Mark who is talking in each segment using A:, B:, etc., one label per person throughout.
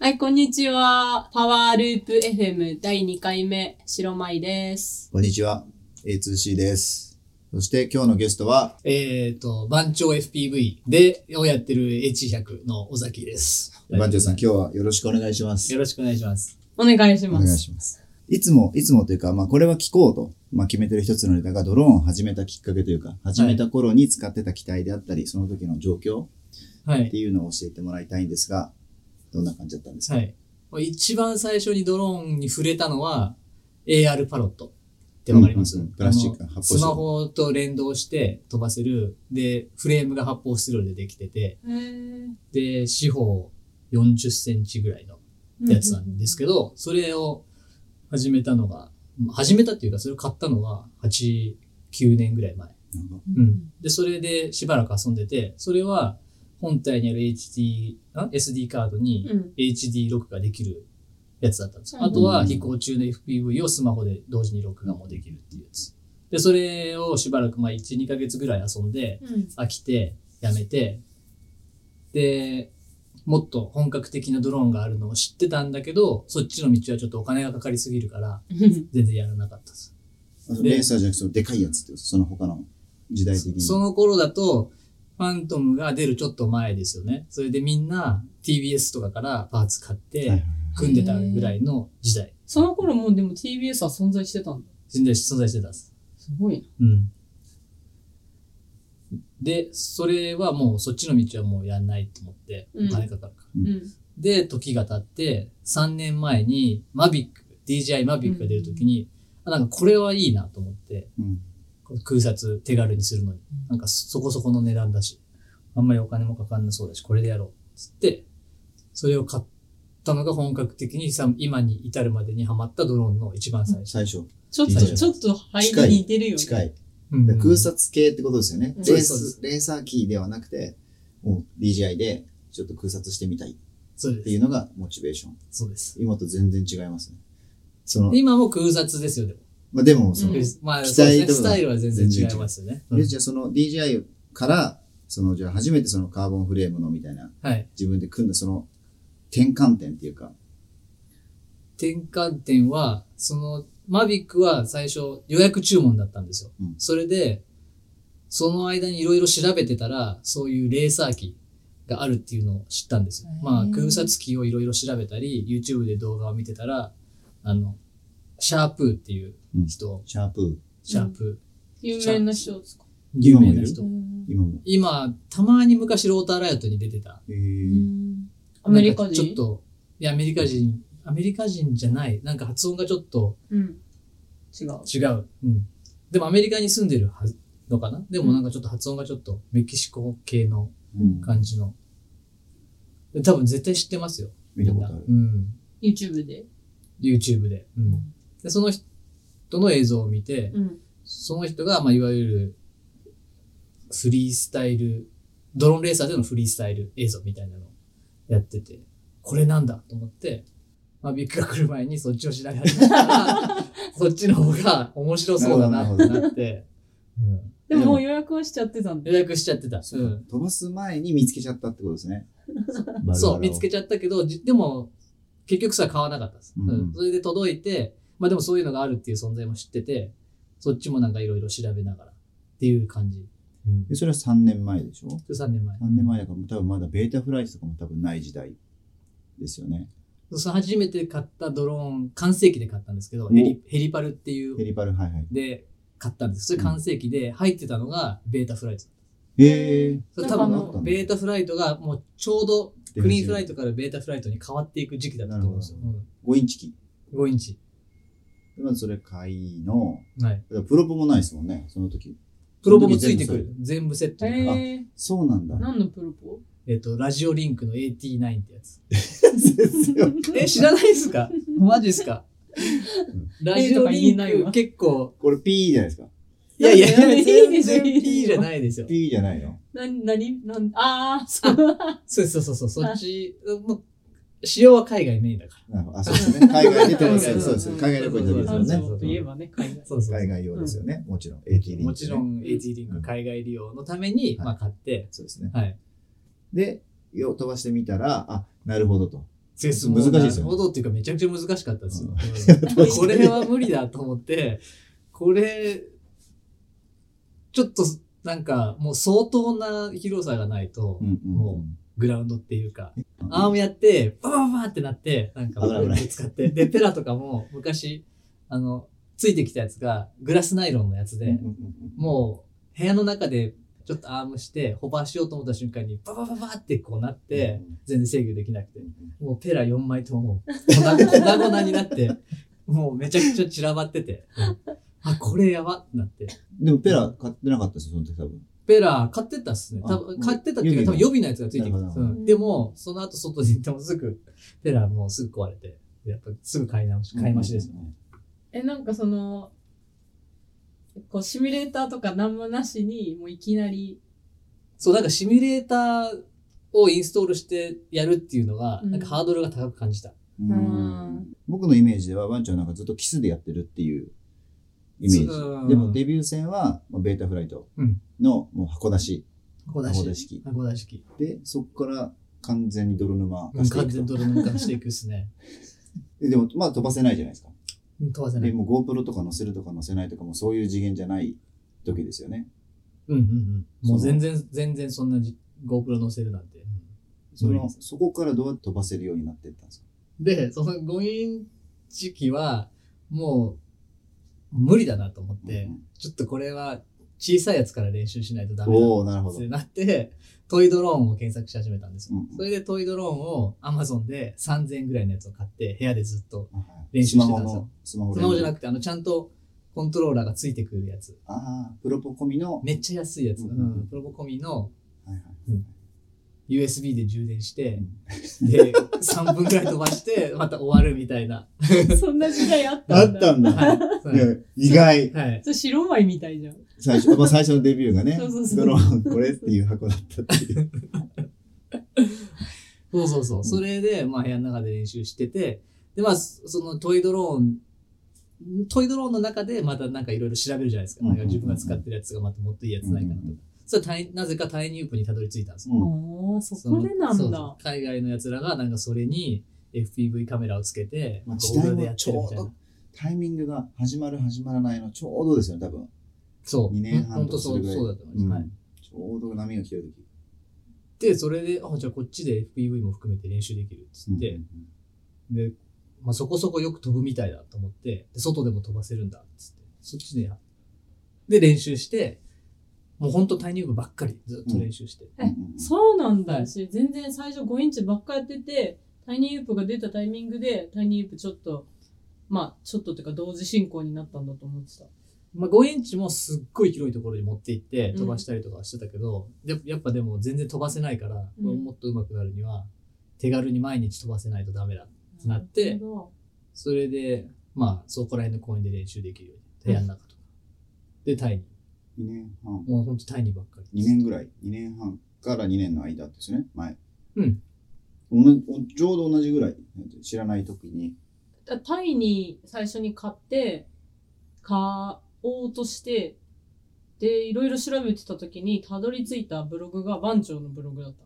A: はい、こんにちは。パワーループ FM 第2回目、白舞です。
B: こんにちは。A2C です。そして今日のゲストは、
C: えっ、と、番長 FPV で、をやってる H100 の尾崎です。
B: 番長さん、今日はよろしくお願いします。
C: よろしくお願いします。
A: お願いし
B: お
A: ま
B: 願い
A: す。
B: します。いつも、いつもというか、まあこれは聞こうと、まあ決めてる一つのネタがドローンを始めたきっかけというか、始めた頃に使ってた機体であったり、その時の状況
C: は
B: って
C: い。
B: いうのを教えてもらいたいんですが、どんな感じだったんですか、
C: はい。一番最初にドローンに触れたのは、AR パロットってわかります、
B: うんうんプラスチック
C: あの
B: 発泡
C: ス
B: スチロー
C: マ
B: ル
C: ホと連動して飛ばせる。で、フレームが発泡スチロールでできてて、
A: へー
C: で、四方40センチぐらいのやつなんですけど、それを始めたのが、始めたっていうか、それを買ったのが8、9年ぐらい前。
B: なんか
A: う
C: う
A: う
C: ん
A: ん
C: ん。で、それでしばらく遊んでて、それは本体にある HD、あ SD カードに
A: うん
C: HD 録画できるやつだったんですよ。
A: うん
C: あとは飛行中の FPV をスマホで同時に録画もできるっていうやつ。で、それをしばらく、まあ、1、2ヶ月ぐらい遊んで、
A: うん
C: 飽きて、やめて、で、もっと本格的なドローンがあるのを知ってたんだけど、そっちの道はちょっとお金がかかりすぎるから、
A: うん
C: 全然やらなかったです。
B: あと
C: で
B: レーサーじゃなくて、そのでかいやつってこと、その他の時代的に。
C: その頃だと、ファントムが出るちょっと前ですよね。それでみんな TBS とかからパーツ買っ
B: はいはい
C: て
B: はい、
C: 組んでたぐらいの時代。
A: その頃もうでも TBS は存在してたんだ。
C: 全然存在してたんです。
A: すごい
C: うん。で、それはもうそっちの道はもうやんないと思って、
A: うん
C: お金かかるから。
A: な。うん。
C: で、時が経って、3年前に Mavic、DJI Mavic が出るときに、あなんかこれはいいなと思って、
B: うん。
C: こう空撮手軽にするのに
A: うん、
C: なんかそこそこの値段だし、あんまりお金もかかんなそうだし、これでやろう。つって、それを買ったのが本格的にさ今に至るまでにハマったドローンの一番最初。
B: 最初。
A: ちょっと、
B: 近い
A: ちょっと入りに似てるよね。
B: 近い。
C: うん
B: で空撮系ってことですよね。
A: うん
B: レー
C: そうで
B: スレーサーキーではなくて、もう DJI でちょっと空撮してみたいっ
C: そうで
B: てい
C: す。
B: うのがモチベーション。
C: そうです。
B: 今と全然違いますね。その
C: で、今も空撮ですよ、でも。
B: まあ、でもその、
A: うん
C: まあ、
B: 期待
C: そうですね
B: とか
C: スタイルは全然違いますよね。うん
B: でじゃあその DJI から、そのじゃあ初めてそのカーボンフレームのみたいな、
C: はい。
B: 自分で組んだその転換点っていうか、
C: 転換点は、その、マビックは最初予約注文だったんですよ。
B: うん
C: それで、その間にいろいろ調べてたら、そういうレーサー機があるっていうのを知ったんですよ
A: へ。ー
C: まあ、空撮機をいろいろ調べたり、YouTube で動画を見てたら、あの、シャープーっていう人、
B: シャープ、
C: シャープ
A: 有名な人ですか
C: ー、
B: 今
C: 有
B: もい
C: 名
B: る
C: な人。
B: 今も。
C: 今、たまに昔ローターライトに出てた。
B: え
A: う
B: ー、
A: んアメリカ
C: なん
A: 人
C: かちょっと、いや、アメリカ人、アメリカ人じゃない。なんか発音がちょっと、
A: うん。違う。
C: 違う。うん。でもアメリカに住んでるはずのかなでもなんかちょっと発音がちょっとメキシコ系の
B: うん、
C: 感じの。多分絶対知ってますよ。
B: 見たことある。
C: みんなうん。
A: YouTube で。
C: YouTube で。うん。で、その人の映像を見て、
A: うん。
C: その人が、まあ、いわゆる、フリースタイル、ドローンレーサーでのフリースタイル映像みたいなのをやってて、これなんだと思って、まあ、ビッグが来る前にそっちを調べ始めた ら、そっちの方が面白そうだなってなって、うん
A: でももう予約はしちゃってたんで。
C: 予約しちゃってた。うん
B: 飛ばす前に見つけちゃったってことですね。
C: そう、見つけ
B: ち
C: ちゃったけど、じでも、結局さ、買わなかったです。
B: うん
C: うんそれで届いて、まあでもそういうのがあるっていう存在も知ってて、そっちもなんかいろいろ調べながらっていう感じ。うん
B: それは3年前でしょ
C: 3年前。
B: ?3 年前だから、多分まだベータフライトとかも多分ない時代ですよね。
C: その初めて買ったドローン、完成機で買ったんですけど、
B: お
C: ヘリヘリパルってい
B: ヘ
C: う、
B: リパル、はいはい。
C: で買ったんです。それ完成機で入ってたのがベータフライト。
B: えー、
C: それ
A: な
C: 多
A: んかあ
C: 分
A: の
C: あの、ベータフライトがもうちょうどクリーンフライトからベータフライトに変わっていく時期だったと思うんですよ。
B: 5インチ機。
C: うん、5インチ。
B: まずそれ買いの、
C: はい。
B: だからプロボもないですもんね、その時。
C: プロボもついてくる。全部セットで。
A: へえ。
B: そうなんだ。
A: 何のプロポ
C: えっと、ラジオリンクの AT9 ってやつ。
B: 先生は
C: え、知らないで すかマジですか
B: ん
C: ラジ
A: え
C: オリン
A: とか言えないわ
C: ク結構、
B: これ P じゃないですか。
C: いやいや、
A: いいで
C: 全
A: しょ
C: 然
A: いいでしょ
C: P じゃないですよ。
B: P じゃないの。
A: な、なに、なん、ああ、そう。
C: そうそうそうそう、そっち、もう使用は海外メインだか
B: なるほどあ、そうですね。海外で手にす
C: う
B: る。
C: ん
B: そうです。海外旅行行った
A: あ
B: 時
A: の
B: ですよ
A: そ
B: ね。
A: うといえばね、海
C: ら。
A: 外。
C: そうそう
B: 海外用ですよね。もちろん。AT リンク。
C: もちろ。ん AT リン
B: う
C: ク
B: ん
C: 海外利用のために、
B: はい
C: まあ買って、
B: そうですね。
C: はい。
B: で、よ飛ばしてみたら、あ、なるほどと。
C: セスも
B: 難しいですよね
C: なるほどっていうかめちゃくちゃ難しかったですよ。
B: う
C: うんんこれは無理だと思って、これ、ちょっとなんかもう相当な広さがないと、
B: うん
C: もグラウンドっていうか、
B: うん
C: アームやって、ババババってなって、なんか
B: 危ない危ない
C: 使って、で、ペラとかも昔、あの、ついてきたやつがグラスナイロンのやつで、
B: うん
C: もう部屋の中でちょっとアームして、ホバーしようと思った瞬間に、ババババってこうなって、全然制御できなくて、もうペラ4枚とももう粉粉々になって、もうめちゃくちゃ散らばってて、あ、これやばってなって。
B: でもペラ買ってなかったですよ、その時多分。
C: ペラ買ってったっすね。
B: あ
C: 多分買ってたっていうか、多分予備のやつがついてきた。
B: なるほど
C: うんでも、その後外に行ってもすぐ、ペラもうすぐ壊れて、やっぱすぐ買い直し、買い増しですね。
B: ね。
D: え、なんかその、こうシミュレーターとか何もなしに、もういきなり、
C: そう、なんかシミュレーターをインストールしてやるっていうのが、
D: うん
C: なんかハードルが高く感じた。
B: う
D: うん
B: ん僕のイメージではワンちゃんなんかずっとキスでやってるっていうイメージ。
C: ー
B: でもデビュー戦はまあベータフライトのもう箱出し
C: 小出
B: 箱出
C: し。
B: 式。
C: 小出し。
B: で、そこから完全に泥沼化していく
C: 完
B: と
C: 全ドルの化していくっすね。
B: ででもまあ飛ばせないじゃないですか。
C: うん飛ばせな
B: で
C: い。
B: もう GoPro とか載せるとか載せないとかもそういう次元じゃない時ですよね。
C: うんうんうん。もう全然、全然そんなじ GoPro 乗せるなんて。
B: そ
C: 無理
B: の
C: です
B: そこからどうやって飛ばせるようになっていったんですか
C: で、その5インチ機は、もう、無理だなと思って、
B: うん
C: ちょっとこれは小さいやつから練習しないとダメだ
B: おおなるほ
C: っ
B: ど。
C: てなって、トイドローンを検索し始めたんですよ。
B: うん
C: それでトイドローンを Amazon で3000円ぐらいのやつを買って、部屋でずっと、練習してたんですよ
B: スマホの。スマホ
C: ス
B: で
C: マホじゃなくて、あの、ちゃんとコントローラーがついてくるやつ。
B: ああ、プロポコミの。
C: めっちゃ安いやつ。
B: うん
C: うんプロボコミの
B: はいはい
C: USB で充電して、で、3分ぐらい飛ばして、 また終わるみたいな。
D: そんな時代あっ
B: あ
D: たん
B: っ
D: だ。
B: たんだ。
C: はい
B: いや意外。
C: はい。
D: それ白米みたいじゃん。
B: 最初、まあ、最初のデビューがね、
D: そうそうそう
B: ドローンこれっていう箱だったっていう。
C: そうそうそう。それで、まあ、部屋の中で練習してて、で、まあ、そそのトイドローン、トイドローンの中でまたなんかいろいろ調べるじゃないですか。
B: うんうん
C: な
B: うん
C: んか自分が使ってるやつがまたもっといいやつないかなと
B: うんう
C: か。それはタイなぜかタイニュープにたどり着いたんですよ。
B: うん
D: おー、そ
C: その
D: こでな
C: そうんそ
D: だ。
C: う海外のやつらがなんかそれに FPV カメラをつけて、
B: まあ、時
C: 動画
B: 代
C: でや
B: も
C: っ
B: ち
C: てる
B: ょう
C: みたいな
B: ど。、タイミングが始まる始まらないのちょうどですよね、多分。
C: そう。
B: 2年半
C: 本
B: と
C: 当
B: か
C: そ
B: それ
C: う
B: ぐらい。
C: そうだと思います。
B: ん
C: はい。
B: ちょうど波が来てる時。
C: で、それで、あ、じゃあこっちで FPV も含めて練習できるっつって、
B: うん
C: で、まあ、そこそこよく飛ぶみたいだと思って、で外でも飛ばせるんだっつって、そっちでやで、練習して、もうほんとタイニングばっかりずっと練習して。
D: えそうなんだ。私全然最初5インチばっかやってて、タイニーユープが出たタイミングで、タイニーユープちょっと、まあ、ちょっとっていうか同時進行になったんだと思ってた。
C: まあ、5インチもすっごい広いところに持って行って
D: ん
C: 飛ばしたりとかはしてたけど、でやっぱでも全然飛ばせないから、
D: うん
C: これもっと上手くなるには、手軽に毎日飛ばせないとダメだ。なって
D: るほ
C: それで、まあ、そこら辺の公園で練習できるように。部屋の中とか。で、タイニ
B: 2年半。
C: ー。もうほんとタイニーばっかり。
B: 2年ぐらい。2年半から2年の間ですね、前。
C: うん
B: 同じ。ちょうど同じぐらい。知らない時に。
D: どだタイに最初に買って、買おうとして、で、いろいろ調べてた時に、たどり着いたブログが番長のブログだった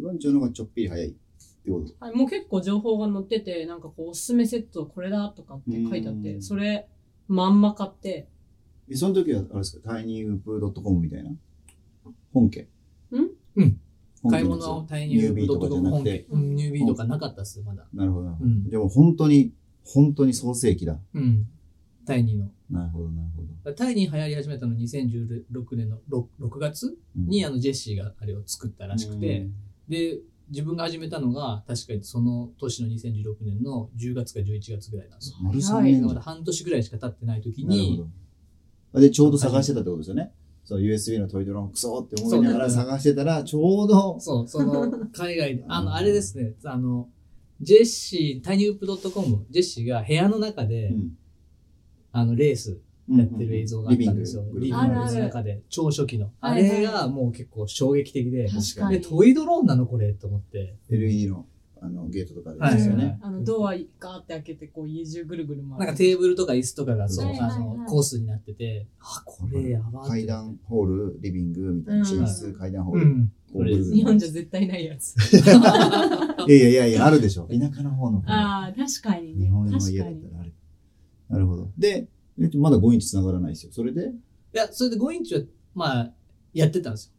D: の
B: 番長の方がちょっぴり早いってこと。
D: はい、もう結構情報が載ってて、なんかこう、おすすめセットこれだとかって書いてあっ
B: う
D: て、
B: ん
D: それ、まんま買って、
B: えその時は、あれですか、タイニーウープドットコムみたいな本家。
C: うん。
B: 本家
C: 買い
B: のやつ
C: 物をタイニュービーとかじゃなくて、
D: うん
C: ニュービーとかなかったっすよ、まだ。
B: なるほどなるほど。
C: うん
B: でも本当に、本当に創世記だ。
C: うん。タイニーの。
B: なるほど、なるほど。
C: タイニー流行り始めたの2016年の 6, 6月
B: うん
C: にあのジェシーがあれを作ったらしくて、、で、自分が始めたのが確かにその年の2016年の10月か11月ぐらいなんですよ。
B: 丸3
D: うん
B: 年
C: ま
B: じゃ
C: だ半年ぐらいしか経ってない時
B: ん。なるほ
C: に、
B: どあ。で、ちょうど探してたってことですよね。そう、USB のトイドロンクソーって思いながら
C: そう
B: 探してたら、ちょうど、
C: そう、その海外で、あ
B: うん
C: の、あれですね、あの、ジェシー、タイニーウープドットコム、ジェシーが部屋の中で、あの、レース、
B: うん
C: やってる映像があったんですよ。
B: リビ
C: リビ
B: ン
C: ン
B: グ。
C: グの中で、超初期の。あ
D: はいはい
C: れがもう結構衝撃的で、
D: 確か
C: で、
D: に。
C: トイドローンなのこれと思って、
B: LED の。あの、ゲートとかでですよ
C: はい
B: ね。
D: あの、ドアガーって開けて、こう、家中ぐるぐる回る。
C: なんかテーブルとか椅子とかがそう、
B: はい
A: はいはい
C: あの、コースになってて、あ、これやばって
B: 階段、ホール、リビングみたい
D: う
B: な、
D: ん
B: 寝室、階段、ホー
C: う
B: ル。
C: ん。
B: こうぐるぐる
D: 日本じゃ絶対ないやつ。
B: いやいやいやいや、あるでしょ。田舎の方の。
D: ああ、確かにね。
B: 日本の
D: 確
B: 家
D: か
B: だっ
D: に。
B: たらあれ。なるほど。で、えっとまだ5インチ繋がらないですよ。それで、
C: いや、それで5インチは、まあ、やってたんです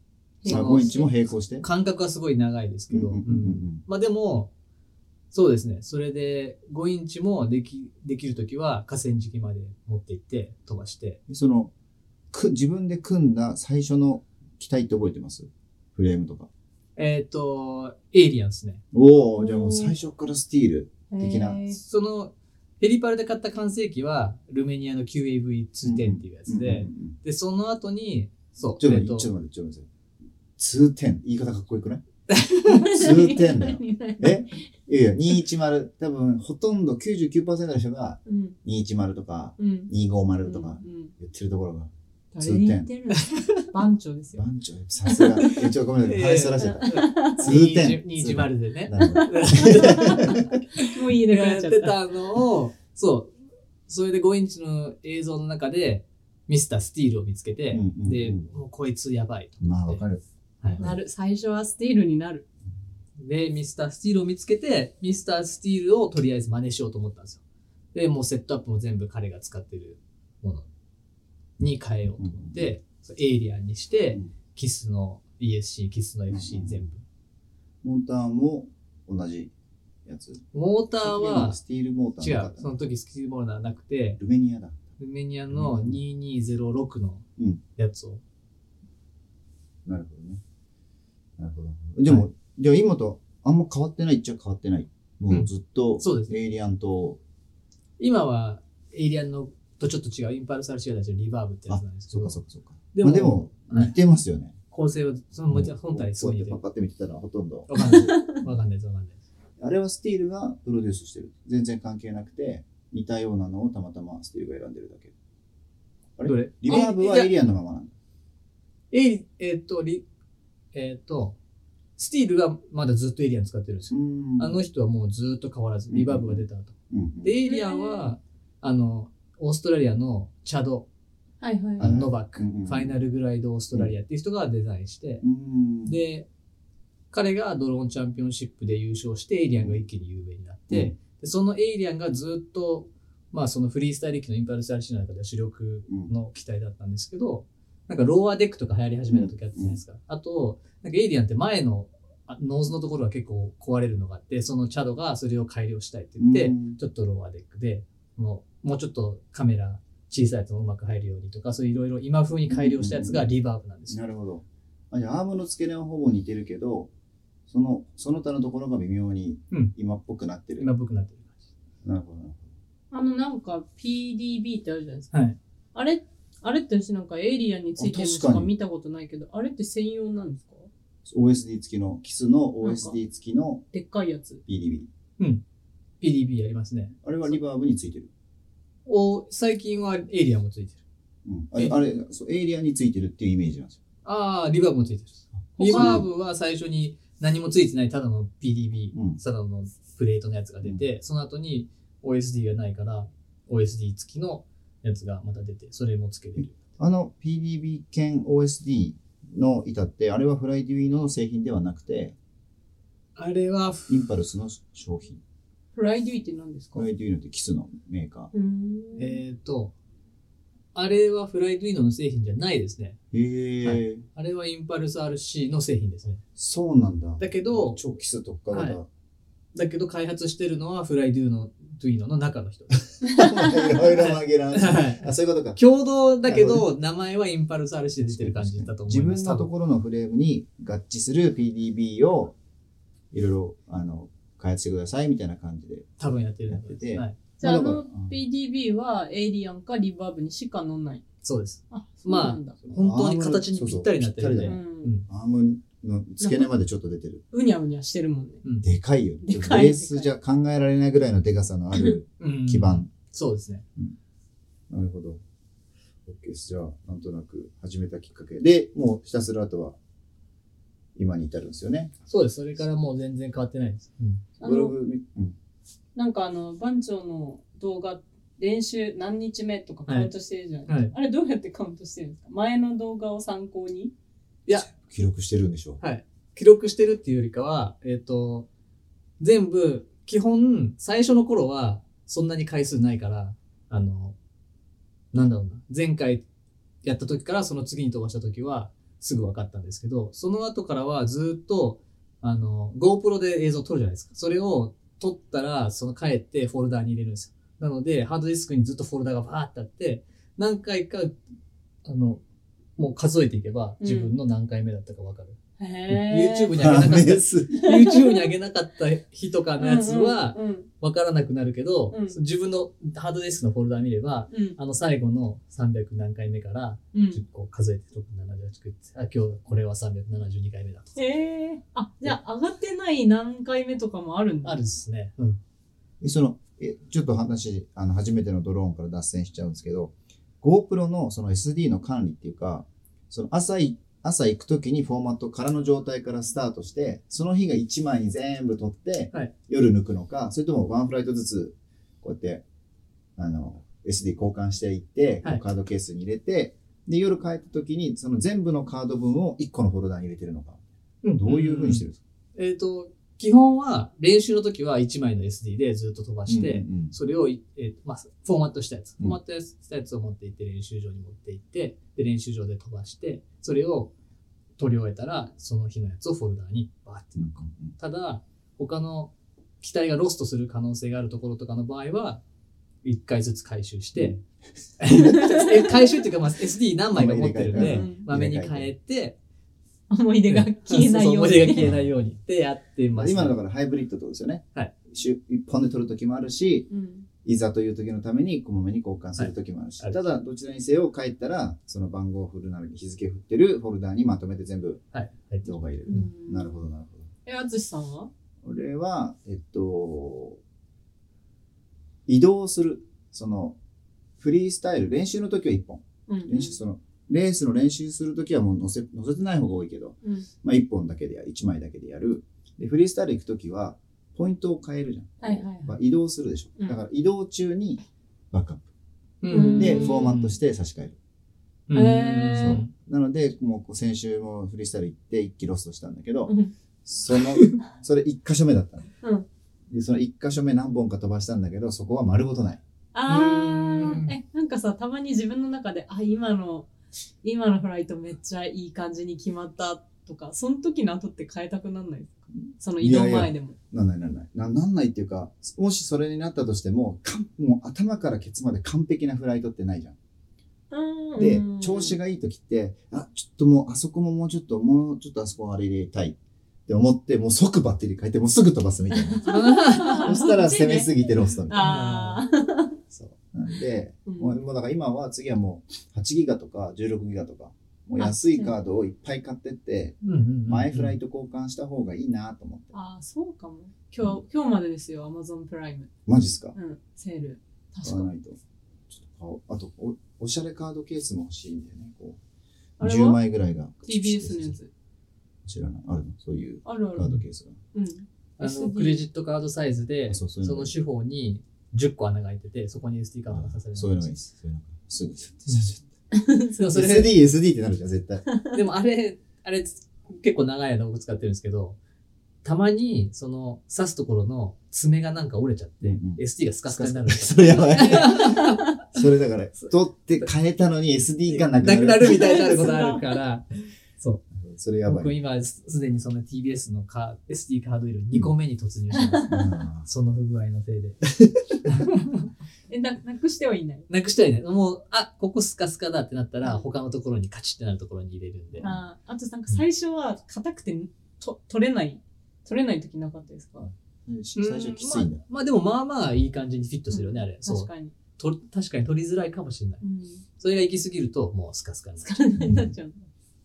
B: あ
C: 並行
B: 5インチも並行して
C: よ。。間隔はすごい長いですけど、
B: うんうんうん
C: うんまあでも、そうですね。それで5インチもでき、できるときは河川敷まで持って行って飛ばして。
B: うんそのく、自分で組んだ最初の機体って覚えてますフレームとか。
C: えっ、と、エイリアンですね。
B: おおじゃあもう最初からスティール。的な
D: へー
C: その、ヘリパルで買った完成機は、ルーメニアの QAV210 っていうやつで、
B: うんうんうん
C: で、その後に、そう、
B: ちょっと
C: え
B: 待
C: っ、
B: って、
C: と
B: ちょっと待って、ちょっと待って。通点。言い方かっこよくない通 点だよ。えいやいや、210。多分、ほとんど99%の人が
D: うん。
B: 210とか
D: うん。
B: 250とか
D: うんうん。
B: 言ってるところが、
D: 誰に言ってるの番長ですよ。
B: 番長、さす が。えちょ、ごめんなさい。話そらしてた。通点。
C: 210でね。
B: なるほど
D: もう言えなくな
C: や
D: っ
C: っ
D: ちゃってた。
C: たのを、そう、それで5インチの映像の中で、ミスタースティールを見つけて、
B: うんうんうん
C: で、もうこいつやばいと。
B: まあ、わかる。
C: はい
D: なる。最初はスティールになる。
C: で、ミスタースティールを見つけて、ミスタースティールをとりあえず真似しようと思ったんですよ。で、もうセットアップも全部彼が使ってるものに変えようと思って、そうエイリアンにして、
B: うん
C: キスの ESC、キスの
B: うん
C: FC
B: うん
C: 全部。
B: モーターも同じやつ。
C: モーターは
B: スティールモータ
C: 違
B: ーなか
C: う
B: っ、た
C: その時スキルモーターはなくて、
B: ルメニアだ。
C: ルメニアの2206の
B: うん
C: やつを。
B: なるほどね。なるほど。でも、でも今とあんま変わってないっちゃ変わってない。も
C: う
B: うんずっと、
C: そうですね
B: エイリアンと、
C: 今はエイリアンのとちょっと違う、インパルスアルシアダーのリバーブってや
B: あ
C: つなんですけ
B: そ
C: ど、
B: うかそうかそうか。
C: で
B: ま
C: も
B: あでも、
C: はい
B: 似てますよね。
C: 構成はそのもちろん本体すごい
B: こ
C: ん
B: う
C: で。
B: やってパッ
C: わ
B: パって見てたらほとんど。
C: かんないです。わかんないです。わかんないです。
B: あれはスティールがプロデュースしてる。全然関係なくて、似たようなのをたまたまスティールが選んでるだけ。あれ
C: どれ
B: リバーブは
C: あいや
B: エイリアンのままなんだ。
C: エイえーっと、リ、えーっと、スティールはまだずっとエイリアン使ってるんですよ。
B: うん
C: あの人はもうずっと変わらず、リバーブが出た後。
B: うんうん
C: で、エイリアンは、あの、オーストラリアのチャド、
D: はいはい
C: あ
B: う
C: の
B: ん
C: ノバック、
B: うんうんうん
C: ファイナルグライドオーストラリアっていう人がデザインして、
B: うん、
C: で、彼がドローンチャンピオンシップで優勝して、エイリアンが一気に有名になって、
B: うん
C: でそのエイリアンがずっと、まあそのフリースタイル機のインパルス RC の中では主力
B: うん
C: の機体だったんですけど、なんかローアデックとか流行り始めた時あったじゃないですか。あと、なんかエイリアンって前のあノーズのところが結構壊れるのがあって、そのチャドがそれを改良したいって言って、
B: うん
C: ちょっとローアデックで、もうもうちょっとカメラ小さいやつもうまく入るようにとか、そういういろいろ今風に改良したやつがリバーブなんですよ。
B: なるほど。あじゃあアームの付け根はほぼ似てるけど、そのその他のところが微妙に
C: うん
B: 今っぽくなってる。
C: 今っぽくなってる感じ。
B: なるほどなる
D: あの、なんか PDB ってあるじゃないですか。
C: はい。
D: あれ、あれって私なんかエイリアンについてるのし
B: あ確
D: か
B: かに
D: 見たことないけど、あれって専用なんですか
B: ほど。OSD 付きの、キスの OSD 付きの
D: でっかいやつ。
B: PDB。
C: PDB やりますね。
B: あれはリバーブについてる。
C: お最近はエイリアンもついてる。
B: うん、あれあれそう、エイリアンについてるっていうイメージなんですよ。
C: ああ、リバーブもついてる。リバーブは最初に何もついてないただの PDB、
B: うん
C: ただのプレートのやつが出て、その後に OSD がないから、OSD 付きのやつがまた出て、それもつけれる。
B: あの PDB 兼 OSD の板って、あれはフライデュイの製品ではなくて、
C: あれは、
B: インパルスの商品。
D: フライデュイって何ですか
B: フライデュイのってキスのメーカ
D: うーん
C: えっ、と、あれはフライドイノの製品じゃないですね。
B: ー。へえ、
C: あれはインパルス RC の製品ですね。
B: そうなんだ。
C: だけど、
B: 超キス特化型。
C: は だけど開発してるのはフライドゥーノ、ドゥイノの中 の人。
B: いろいろ紛らわしい
C: はい
B: あ、そういうことか。
C: 共同だけ
B: なる
C: ど、名前はインパルス RC で出てる感じだと思います。
B: 自分のところのフレームに合致する PDB をいろいろあの開発してくださいみたいな感じで。
C: 多分やってる
B: やってて
C: はい。
D: じゃあ、あ
B: まだ
D: の
B: からうん
D: PDB はエイリアンかリバーブにしか乗んない。
C: そうです。
D: あ、そうなんだ。
C: 本当に形にぴったりになってるんで
B: あ
D: う
B: ー
D: ん
C: うん。
B: アームの付け根までちょっと出てる。
D: うにゃうにゃしてるもんね。
B: でか いよ。
D: でかい
B: ベースじゃ考えられないぐらいのでかさのある
C: うん
B: 基盤。
C: そうですね。
B: なるほど。OK です。じゃあ、なんとなく始めたきっかけで、もうひたすらあとは今に至るんですよね。
C: そうです。それからもう全然変わってないです。うん
D: あ
B: ブロ
D: の
B: グ見、うん、
D: なんかあの番長の動画練習何日目とかカウントしてるじゃないですか、
C: はい
D: あれどうやってカウントしてるんですか前の動画を参考に
B: 記録してるんで しょ
C: 記録してるっていうよりかは、えっ、と、全部、基本、最初の頃は、そんなに回数ないから、あの、なんだろうな、前回やった時からその次に飛ばした時は、すぐ分かったんですけど、その後からはずっと、あの、GoPro で映像撮るじゃないですか。それを撮ったら、その帰ってフォルダーに入れるんですよ。なので、ハードディスクにずっとフォルダーがバーってあって、何回か、あの、もう数えていけば、自分の何回目だったか分かる。
D: へー
C: YouTube に上げな
B: ダ
C: かった
B: メです。
C: YouTube に上げなかった日とかのやつは
D: うんうん
C: 分からなくなるけど、
D: うん
C: 自分のハードディスクのフォルダ見れば、
D: うん
C: あの最後の300何回目から
D: うんうん
C: 10個数えて6、78、9あ、今日これは372回目だと。
D: へえあじゃあ上がってない何回目とかもあるんだ
C: あるですね。うん。
B: その、え、ちょっと話、あの、初めてのドローンから脱線しちゃうんですけど、GoPro のその SD の管理っていうか、その朝い、朝行くときにフォーマットからの状態からスタートして、その日が1枚に全部撮って、
C: はい
B: 夜抜くのか、それともワンフライトずつ、こうやって、あの、SD 交換していって、
C: はい
B: カードケースに入れて、で、夜帰ったときに、その全部のカード分を1個のフォルダに入れてるのか。
C: うん
B: どういうふうにしてるんですか、
C: えっ、と、基本は練習の時は1枚の SD でずっと飛ばして、
B: うんうんうん
C: それをい、えーまあ、フォーマットしたやつ、
B: うん
C: フォーマットしたやつを持って行って練習場に持って行って、で練習場で飛ばして、それを取り終えたら、その日のやつをフォルダーにバーって。ただ、他の機体がロストする可能性があるところとかの場合は、1回ずつ回収して、 え回収っていうか、まあ、SD 何枚か持ってるんで
D: うんうん、
C: まめに変えて、
D: 思い出が消えないよう
C: そそ思い出が
D: に
C: 消えないようにってやってます、
B: 今のだからハイブリッドってことですよね。
C: はい
B: しゅ。一本で取るときもあるし、
D: うん
B: いざという時のためにこまめに交換するときもあるし、
C: はい
B: ただどちらにせよ帰ったら、その番号を振るなり日付振ってるフォルダにまとめて全部
C: はい。入って
B: 動画入れる。
D: うん
B: なるほど、なるほど。
D: えあつしさんは
B: 俺は、えっと、移動する、その、フリースタイル、練習の時は1本。
D: うん
B: 練習、その、レースの練習する時はもう載せ、載せてない方が多いけど、
D: うん
B: まあ1本だけでやる、1枚だけでやる。で、フリースタイル行く時は、ポイントを変えるじゃん。
D: はいはいはい
B: まあ、移動するでし
D: う
B: ょ。
D: ん
B: だから移動中にバックアッ
C: うん
B: プ。で、
D: うん
B: フォーマットして差し替える。
C: うん
D: へー
C: そう
B: なので、もうこう先週もフリースタイル行って一気ロストしたんだけど、
D: うん
B: その、それ一箇所目だった
D: う
B: の。
D: ん
B: で、その一箇所目何本か飛ばしたんだけど、そこは丸ごとない。
D: あ
C: うん
D: ーえなんかさたまに自分の中であ今の今のフライトめっちゃいい感じに決まったとかその時の後って変えたくなんないですかその移動前でも
B: なんないなんない。ななんないっていうか、もしそれになったとしても、かんもう頭からケツまで完璧なフライトってないじゃん。
D: うん
B: で
D: うん、
B: 調子がいい時って、あ、ちょっともう、あそこももうちょっと、もうちょっとあそこあれ入れたいって思って、もう即バッテリー変えて、もうすぐ飛ばすみたい な。 そしたら攻めすぎてロストみたいな。
D: あー
B: そう。なんで、
D: うん
B: もうもうだから今は次はもう8ギガとか16ギガとか、もう安いカードをいっぱい買ってって、
C: うんうんうん
B: 前フライト交換した方がいいなと思って。
D: あーそうかも今日今日までですよ Amazon プライム、
B: マジっすか
D: うん、セール確
B: 買
D: か
B: わないと。ちょっと買おう。あとお、おしゃれカードケースも欲しいんだよね。こう
D: あれ
B: 10
D: は
B: 枚ぐらいが。
D: TBS のやつ
B: 知らない。あるのそういう
D: あるあ
B: カード
D: る
B: ケースが。
D: うん
C: あの
D: SD
C: クレジットカードサイズで、
B: そ
C: そう
B: そういうの
C: の手法に10個穴が開いてて、そこに SD カードが刺される。
B: そういうのがいいです。そういうのがすぐ。
C: でもそれ
B: SD、SD ってなるじゃん、絶対。
C: でもあれ、あれ、結構長い間僕使ってるんですけど、たまに、その、刺すところの爪がなんか折れちゃって、
B: うん
C: SD がスカスカになるんで す
B: それやばい。それだから、取って変えたのに SD がなくなる。
C: みたいになることあるから、
B: それやば
C: 僕
B: い。
C: 今すでにその TBS のカ SD カード入れ2個目に突入してます。
B: うん
C: その不具合のせいで。
D: えななくしてはいない
C: なくしたいね。もう、あ、ここスカスカだってなったら、
D: うん
C: 他のところにカチッってなるところに入れるんで。
D: あーあとなんか最初は硬くてと取れない取れない時なかったですか
B: 最初きついんだ
C: ま。あ、まあでもまあまあいい感じにフィットするよね、あれ。そう
D: 確かに、
C: と確かに取りづらいかもしれない。
D: うん、
C: それが行き過ぎると、もうスカスカになる。
D: 体になっちゃう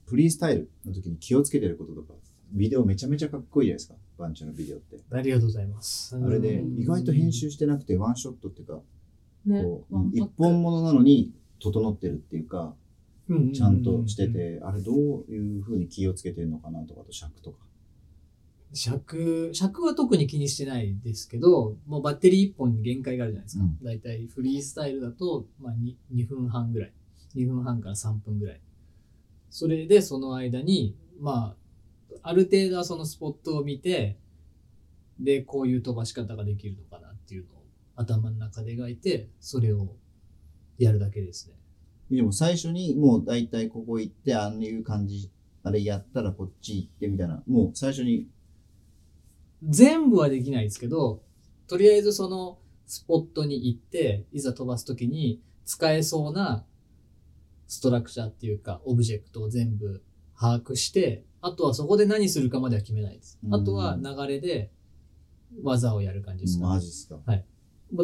B: フリースタイルの時に気をつけてることとか、ビデオめちゃめちゃかっこいいじゃないですか、番長のビデオって。
C: ありがとうございます。
B: あれで
C: うん、
B: 意外と編集してなくて、ワンショットっていうか、
D: ね
B: こ
D: ワン
B: う、
D: パッ
B: 一
D: ク
B: 本ものなのに整ってるっていうか、
C: うん
B: ちゃんとして。て、あれどういうふうに気をつけてるのかなとか、あと尺とか。
C: 尺、尺は特に気にしてないですけど、もうバッテリー1本に限界があるじゃないですか。だいたいフリースタイルだと、まあ2、2分半ぐらい。2分半から3分ぐらい。それでその間に、まあ、ある程度はそのスポットを見て、で、こういう飛ばし方ができるのかなっていうのを頭の中で描いて、それをやるだけですね。
B: でも最初にもう大体ここ行って、ああいう感じ、あれやったらこっち行ってみたいな、もう最初に、
C: 全部はできないですけど、とりあえずそのスポットに行って、いざ飛ばすときに使えそうなストラクチャーっていうか、オブジェクトを全部把握して、あとはそこで何するかまでは決めないです
B: う。ん
C: あとは流れで技をやる感じですか、
B: マ
C: ね。
B: ジっすか。
C: も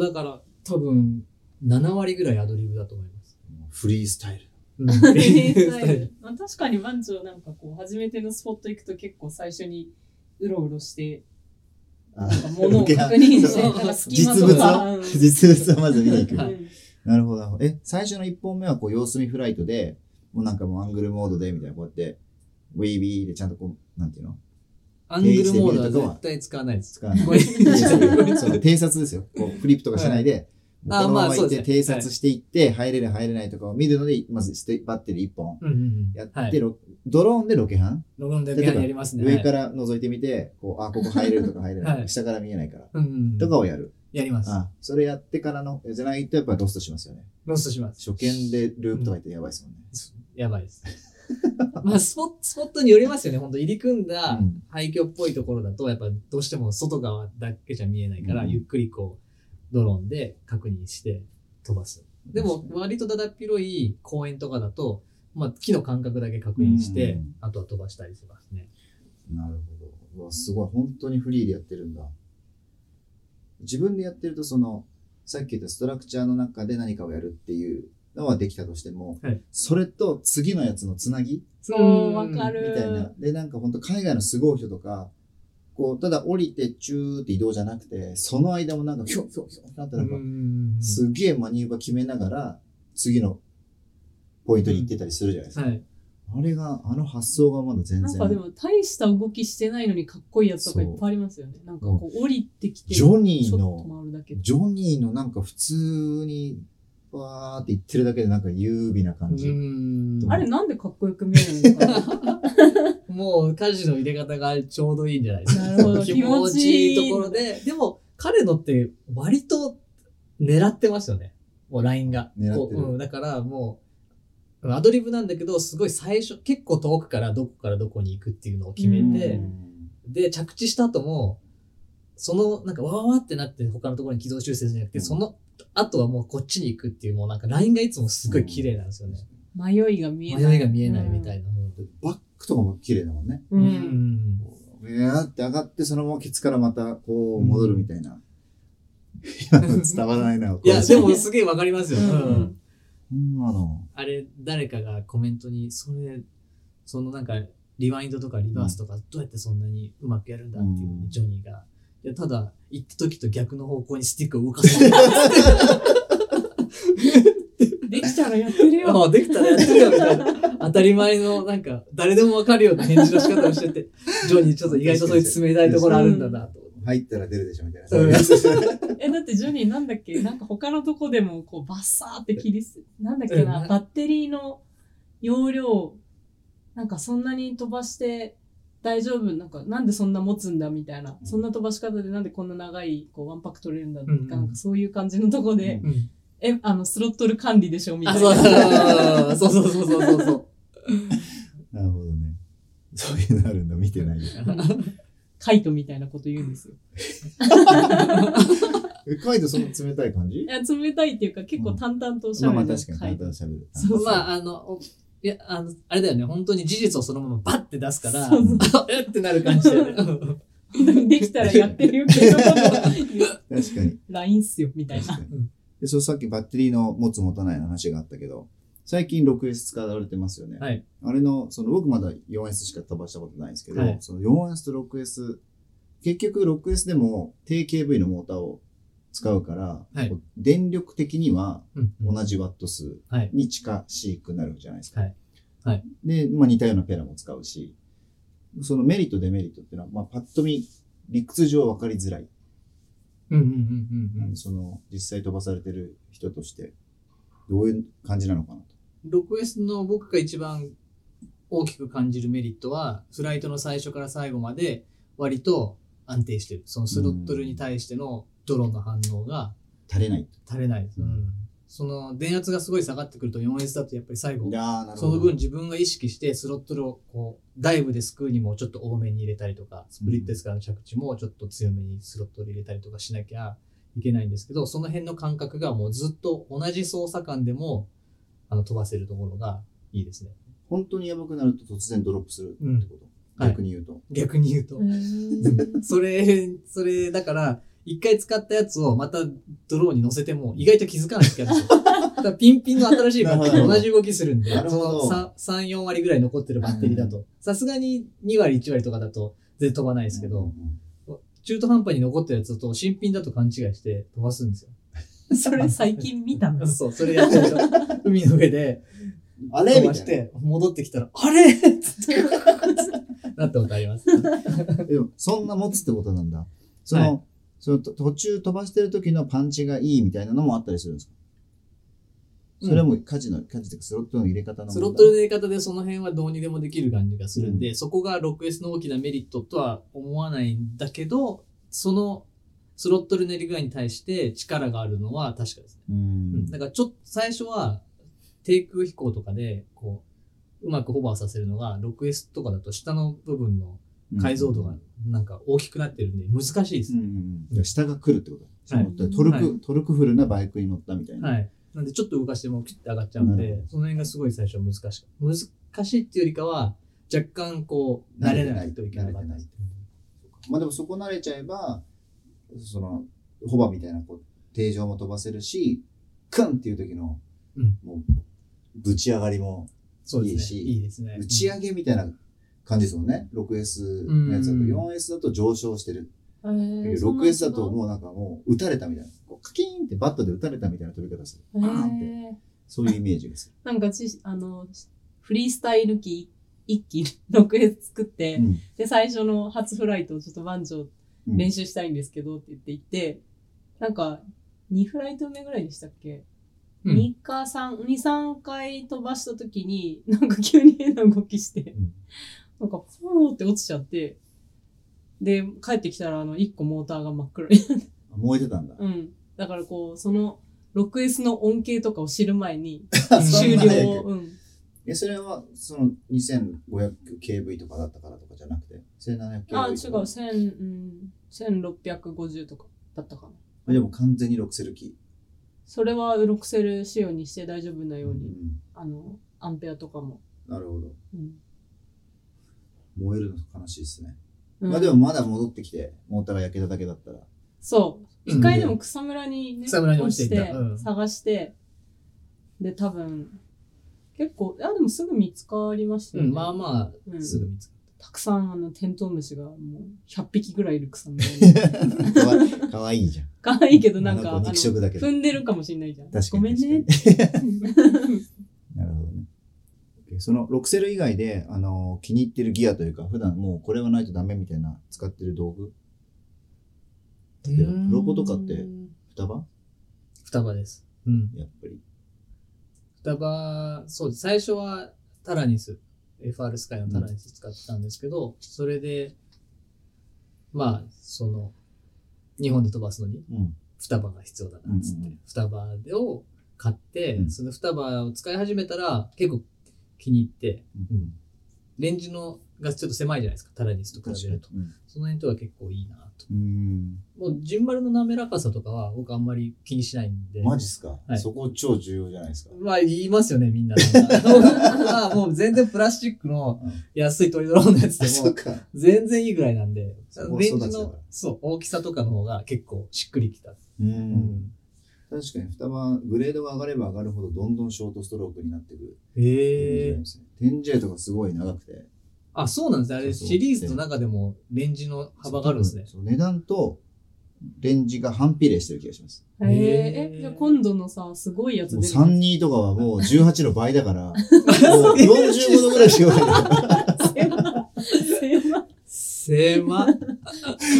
C: うだから多分7割ぐらいアドリブだと思います。
B: フリースタイル。
C: うん
D: フリー スタイル まあ確かに番長なんかこう初めてのスポット行くと結構最初にうろうろして
B: あ
D: なんか物を確認して
B: そう
D: なんか隙間
B: 実
D: と
B: 物
D: かう
B: を
D: ん
B: 実物をまず見に行
D: う
B: く。
D: ん
B: なるほどなるほど。え、最初の1本目はこう様子見フライトで、もうなんかもうアングルモードでみたいな、こうやって、ウェイビーでちゃんとこう、なんていうの
C: アングルモードは絶対使わないです。
B: 使 わない。
C: これ
B: その偵察ですよ。こうフリップとかしないで、もう
C: あ
B: このま
C: ま
B: ま行
C: あそ
B: っ
C: う
B: て
C: ですね
B: 偵察していって、入れる入れないとかを見るので、まずステバッテリー1本。
C: うんうんう
B: や
C: ん。
B: っ
C: は
B: て
C: い。
B: ロ、ドローンでロケハン
C: ロゴンだけやりますね。
B: 上か
C: はい
B: ら覗いてみて、こう、あ、ここ入れると か入れないと
C: は
B: か、
C: い
B: 下から見えないから。
C: うんうん
B: とかをやる。
C: やります。
B: あ、それやってからの、じゃないとやっぱロストしますよね。
C: ロストします。
B: 初見でループとか言ってやばいですもんね。
C: やばいです。 まあスポ、スポットによりますよね。本当入り組んだ
B: うん
C: 廃墟っぽいところだと、やっぱどうしても外側だけじゃ見えないから、
B: うん
C: ゆっくりこう、ドローンで確認して飛ばす。でも、割とだだっ広い公園とかだと、まあ、木の間隔だけ確認して、
B: うん
C: あとは飛ばしたりしますね。
B: なるほど。うわ、すごい。本当にフリーでやってるんだ。自分でやってると、その、さっき言ったストラクチャーの中で何かをやるっていうのはできたとしても、
C: はい
B: それと次のやつのつなぎ
A: そう、わか
B: み
A: る。
B: たいな。で、なんか本当海外のすごい人とか、こう、ただ降りてチューって移動じゃなくて、その間もなんかひょひょひょってなって
C: う
B: なんん
C: う
B: か、
C: んうん。
B: すげえマニューバー決めながら、次のポイントに行ってたりするじゃないですか。
C: はい。
B: あれが、あの発想がまだ全
D: なんかで
B: 然。
D: も大した動きしてないのにかっこいいやつとかいっぱいありますよね。なんかこう降りてきて、
B: ジョニー
D: ちょっ
B: の
D: と、回るだけで。
B: ジョニーのなんか普通に、わーって言ってるだけでなんか優美な感
C: う
B: じ。
C: ん
D: あれなんでかっこよく見えるのかな
C: もう家事の入れ方がちょうどいいんじゃないですか。
D: なるほど
C: 気持ちいいところで、でも彼のって割と狙ってますよね。もうラインが。
B: 狙ってる
C: こううん、だからもう、アドリブなんだけど、すごい最初、結構遠くからどこからどこに行くっていうのを決め
B: う
C: て、
B: ん
C: で、着地した後も、その、なんか、わーわーってなって、他のところに軌道修正じゃなくて、
B: うん
C: その後はもうこっちに行くっていう、もうなんか、ラインがいつもすごい綺麗なんですよね。
D: 迷いが見えない。
C: 迷いが見えないみたいな。
B: バックとかも綺麗だもんね。
D: う。
C: うんん
B: こうやーって上がってそのままケツからまたこう戻るみたい な。いや伝わらないな。こ
C: い
B: れ
C: や、でもすげえわかりますよ。
D: うん
C: うん
B: こんなの。
C: あれ、誰かがコメントに、それ、そのなんか、リワインドとかリバースとか、どうやってそんなにうまくやるんだっていう
B: うん
C: ジョニーが。いやただ、行った時と逆の方向にスティックを動かすんだ。
D: できたらやってるよ。
C: ああ、できたらやってるよ、みたいな。当たり前の、なんか、誰でもわかるような返事の仕方をしてて、ジョニーちょっと意外とそういう冷たいところあるんだな、と。
B: 入ったら出るでしょみたいな。
C: うん
D: え、だってジョニーなんだっけなんか他のとこでもこうバッサーって切りす、なんだっけ
C: う
D: な、
C: ん
D: バッテリーの容量、なんかそんなに飛ばして大丈夫、なんかなんでそんな持つんだみたいな、そんな飛ばし方でなんでこんな長いこうワンパク取れるんだとか、
C: うんうん
D: なんかそういう感じのとこで、
B: うん
C: うん
D: え、あの、スロットル管理でしょみた
C: あ、
D: い
C: そう
D: な。
C: そうそうそうそうそうそう。
B: なるほどね。そういうのあるんだ。見て ないよ。
D: カイトみたいなこと言うんですよ。
B: え、カイトその冷たい感じ
D: いや、冷たいっていうか結構淡々とおしゃ
B: まあま
D: べ
B: あ
D: りの
B: 確かに
D: カイ
B: 簡
D: ト。
B: 単に喋る。
D: そう
C: まあ、あの、おいや、あの、あれだよね、本当に事実をそのままバッて出すから、
D: そう
C: えってなる感じだよね。
D: できたらやってるよっていうことを言う
B: 確かに。
D: LINE っすよみたいな。
C: うん
B: で、そうさっきバッテリーの持つ持たないの話があったけど、最近 6S 使われてますよね。
C: はい
B: あれの、その僕まだ 4S しか飛ばしたことないんですけど、
C: はい
B: その 4S と 6S、結局 6S でも低 KV のモーターを使うから、
C: はい
B: こう電力的には
C: うんうん
B: 同じワット数
C: はい
B: に近しくなるじゃないですか。
C: はいはい
B: で、まあ、似たようなペラも使うし、そのメリット、デメリットっていうのは、まあ、パッと見、理屈上分かりづらい。
C: うんうんうんうんうん。
B: その、実際飛ばされてる人として、どういう感じなのかなと。
C: 6S の僕が一番大きく感じるメリットは、フライトの最初から最後まで割と安定してる。そのスロットルに対してのドローンの反応が
B: 足りないと。
C: 足りないです。
B: うん
C: その電圧がすごい下がってくると 4S だとやっぱり最後
B: い、やーなるほ
C: そ
B: ど。
C: の分自分が意識してスロットルをこうダイブですくうにもちょっと多めに入れたりとか、スプリットですからの着地もちょっと強めにスロットル入れたりとかしなきゃいけないんですけど、その辺の感覚がもうずっと同じ操作感でもあの飛ばせるところがいいですね。
B: 本当にやばくなると突然ドロップするってこと。
C: はい
B: 逆に言うと。
C: 逆に言うと。 それ、それ、だから、一回使ったやつをまたドローンに乗せても意外と気づかない時あるんですよ。だからピンピンの新しいバッテリーと同じ動きするんで、
B: なるほど
C: その3、4割ぐらい残ってるバッテリーだと。さすがに2割、1割とかだと全然飛ばないですけ
B: うんう
C: ど
B: ん、
C: 中途半端に残ったやつと新品だと勘違いして飛ばすんですよ。
D: それ最近見たの
C: そう、それやってると、海の上で
B: うんあれ
C: 飛
B: み
C: ば
B: た
C: し
B: いな。
C: て戻ってきたら、あれっつって、なったことあります。
B: でもそんな持つってことなんだ。その、
C: は
B: そのと途中飛ばしてる時のパンチがいいみたいなのもあったりするんですかそれも家事の、家事というかスロットの入れ方の問題
C: スロットルのやり方でその辺はどうにでもできる感じがするんで、そこが 6S の大きなメリットとは思わないんだけど、そのスロットルのやり具合に対して力があるのは確かですね。
B: うん。
C: だからちょっと最初は低空飛行とかで、こう、うまくホバーさせるのが 6S とかだと下の部分の解像度がなんか大きくなってるんで難しいです
B: うん。う。んうんうん。下が来るってことだ。
C: はい
B: そのトルク、
C: はい
B: トルクフルなバイクに乗ったみたいな。
C: はい。なんでちょっと動かしてもキュッて上がっちゃう
B: な
C: ん
B: る
C: で
B: ほ、
C: その辺がすごい最初は難しかった。難しいっていうよりかは、若干こう、慣れないといけなかったです。
B: まあでもそこ慣れちゃえば、その、ホバみたいな、こう、定常も飛ばせるし、クンっていう時の、
C: うん
B: もう、ぶち上がりも、
C: そうで
B: いい
C: すね。
B: し
C: いいですね。
B: 打ち上げみたいな感じですもんね。6S のやつだと、
C: うん
B: 4S だと上昇してる。
D: えー
B: 6S だともうなんかもう、打たれたみたいな。こうカキーンってバットで打たれたみたいな飛び方す
D: そ
B: る。
D: ん
B: バ
D: な
B: ー
D: の
B: ンって。
D: へー
B: そういうイメージです
D: なんかち、あの、フリースタイル機一機 6S 作って、
B: る。うん
D: で、最初の初フライトをちょっと番長
B: うん
D: 練習したいんですけどって言って行って、なんか、2フライト目ぐらいでしたっけ、
C: うん
D: 2か3、2、3回飛ばした時に、 なんか急に変な動きして、
B: うん
D: なんか、フォーって落ちちゃって、で、帰ってきたら、あの、1個モーターが真っ黒い。
B: あ燃えてたんだ。
D: うん。だからこう、その、6S の恩恵とかを知る前に、
B: そん
D: 終
B: な早
D: 了を、
B: く
D: うん。
B: え、それは、その 2500KV とかだったからとかじゃなくて、1700KV とか。
D: あ、違う、千、うん、1650とかだったかな。
B: あ。でも完全に6セルキ
D: それは6セル仕様にして大丈夫な
B: ー。
D: ように、あの、アンペアとかも。
B: うんなるほど。
D: うん。
B: 燃えるの悲しいですね。
D: うん
B: まあでもまだ戻ってきて、モーターが焼けただけだったら。
D: そう。
C: うん
D: 一回でも草むらにね、
C: 草むらに落ちていた
D: 落ち
C: うん
D: 探して、で、多分、結構、あ、でもすぐ見つかりました
C: う
D: よね。
C: ん、まあま
D: う
C: あ、
D: ん
C: すぐ見つかる。
D: たくさん、あの、テントウムシがもう100匹ぐらいいる草むらに。
B: かわいかわいいじゃん。
D: 可愛いけど、なんか、
B: あの子肉食だけど
D: 踏んでるかもしれないじゃん。
B: 確かに。
D: ごめんね。
B: 確かに。なるほどね。OK その6セル以外で、あの気に入ってるギアというか、普段もうこれはないとダメみたいな使ってる道具、
C: プ
B: けどプロポとかって双葉
C: 双葉です。うん。
B: やっぱり。
C: 双葉、そうです。最初はタラニス、FR スカイのタラニス使ってたんですけど、それで、まあ、その、日本で飛ばすのに
B: うん。
C: 双葉が必要だなっつって、
B: うんうん
C: 双葉を買って、
B: うん
C: その双葉を使い始めたら結構気に入って、
B: うん。
C: レンジのがちょっと狭いじゃないですか、タラニスと比べると。
B: うん。
C: その辺とは結構いいなと。
B: うん。
C: もう、ジンバルの滑らかさとかは僕あんまり気にしないんで。
B: マジっすか、
C: はい
B: そこ超重要じゃないですか。
C: まあ言いますよ ね、みんな。僕はもう全然プラスチックの
B: うん
C: 安いトイドローンのやつ
B: あ
C: で
B: そっ
C: も
B: か。
C: 全然いいぐらいなんで、
B: そこ
C: レン
B: 育
C: ジ
B: ちだか
C: の
B: ら
C: そう大きさとかの方が結構しっくりきた。
B: う。。
C: うん
B: 確かに双葉、グレードが上がれば上がるほど、どんどんショートストロークになってくる。
C: へえ。
B: 天 J とかすごい長くて。
C: あ、そうなんですね。あれ
B: そうそう
C: シリーズの中でもレンジの幅があるんですね。
B: そう値段とレンジが反比例してる気がします。
D: へえ。え、じゃあ今度のさ、すごいやつ
B: もう
D: 出る。
B: 32とかは もう18の倍だから、もう45度ぐらいしかない。
D: 狭い
C: 狭っ。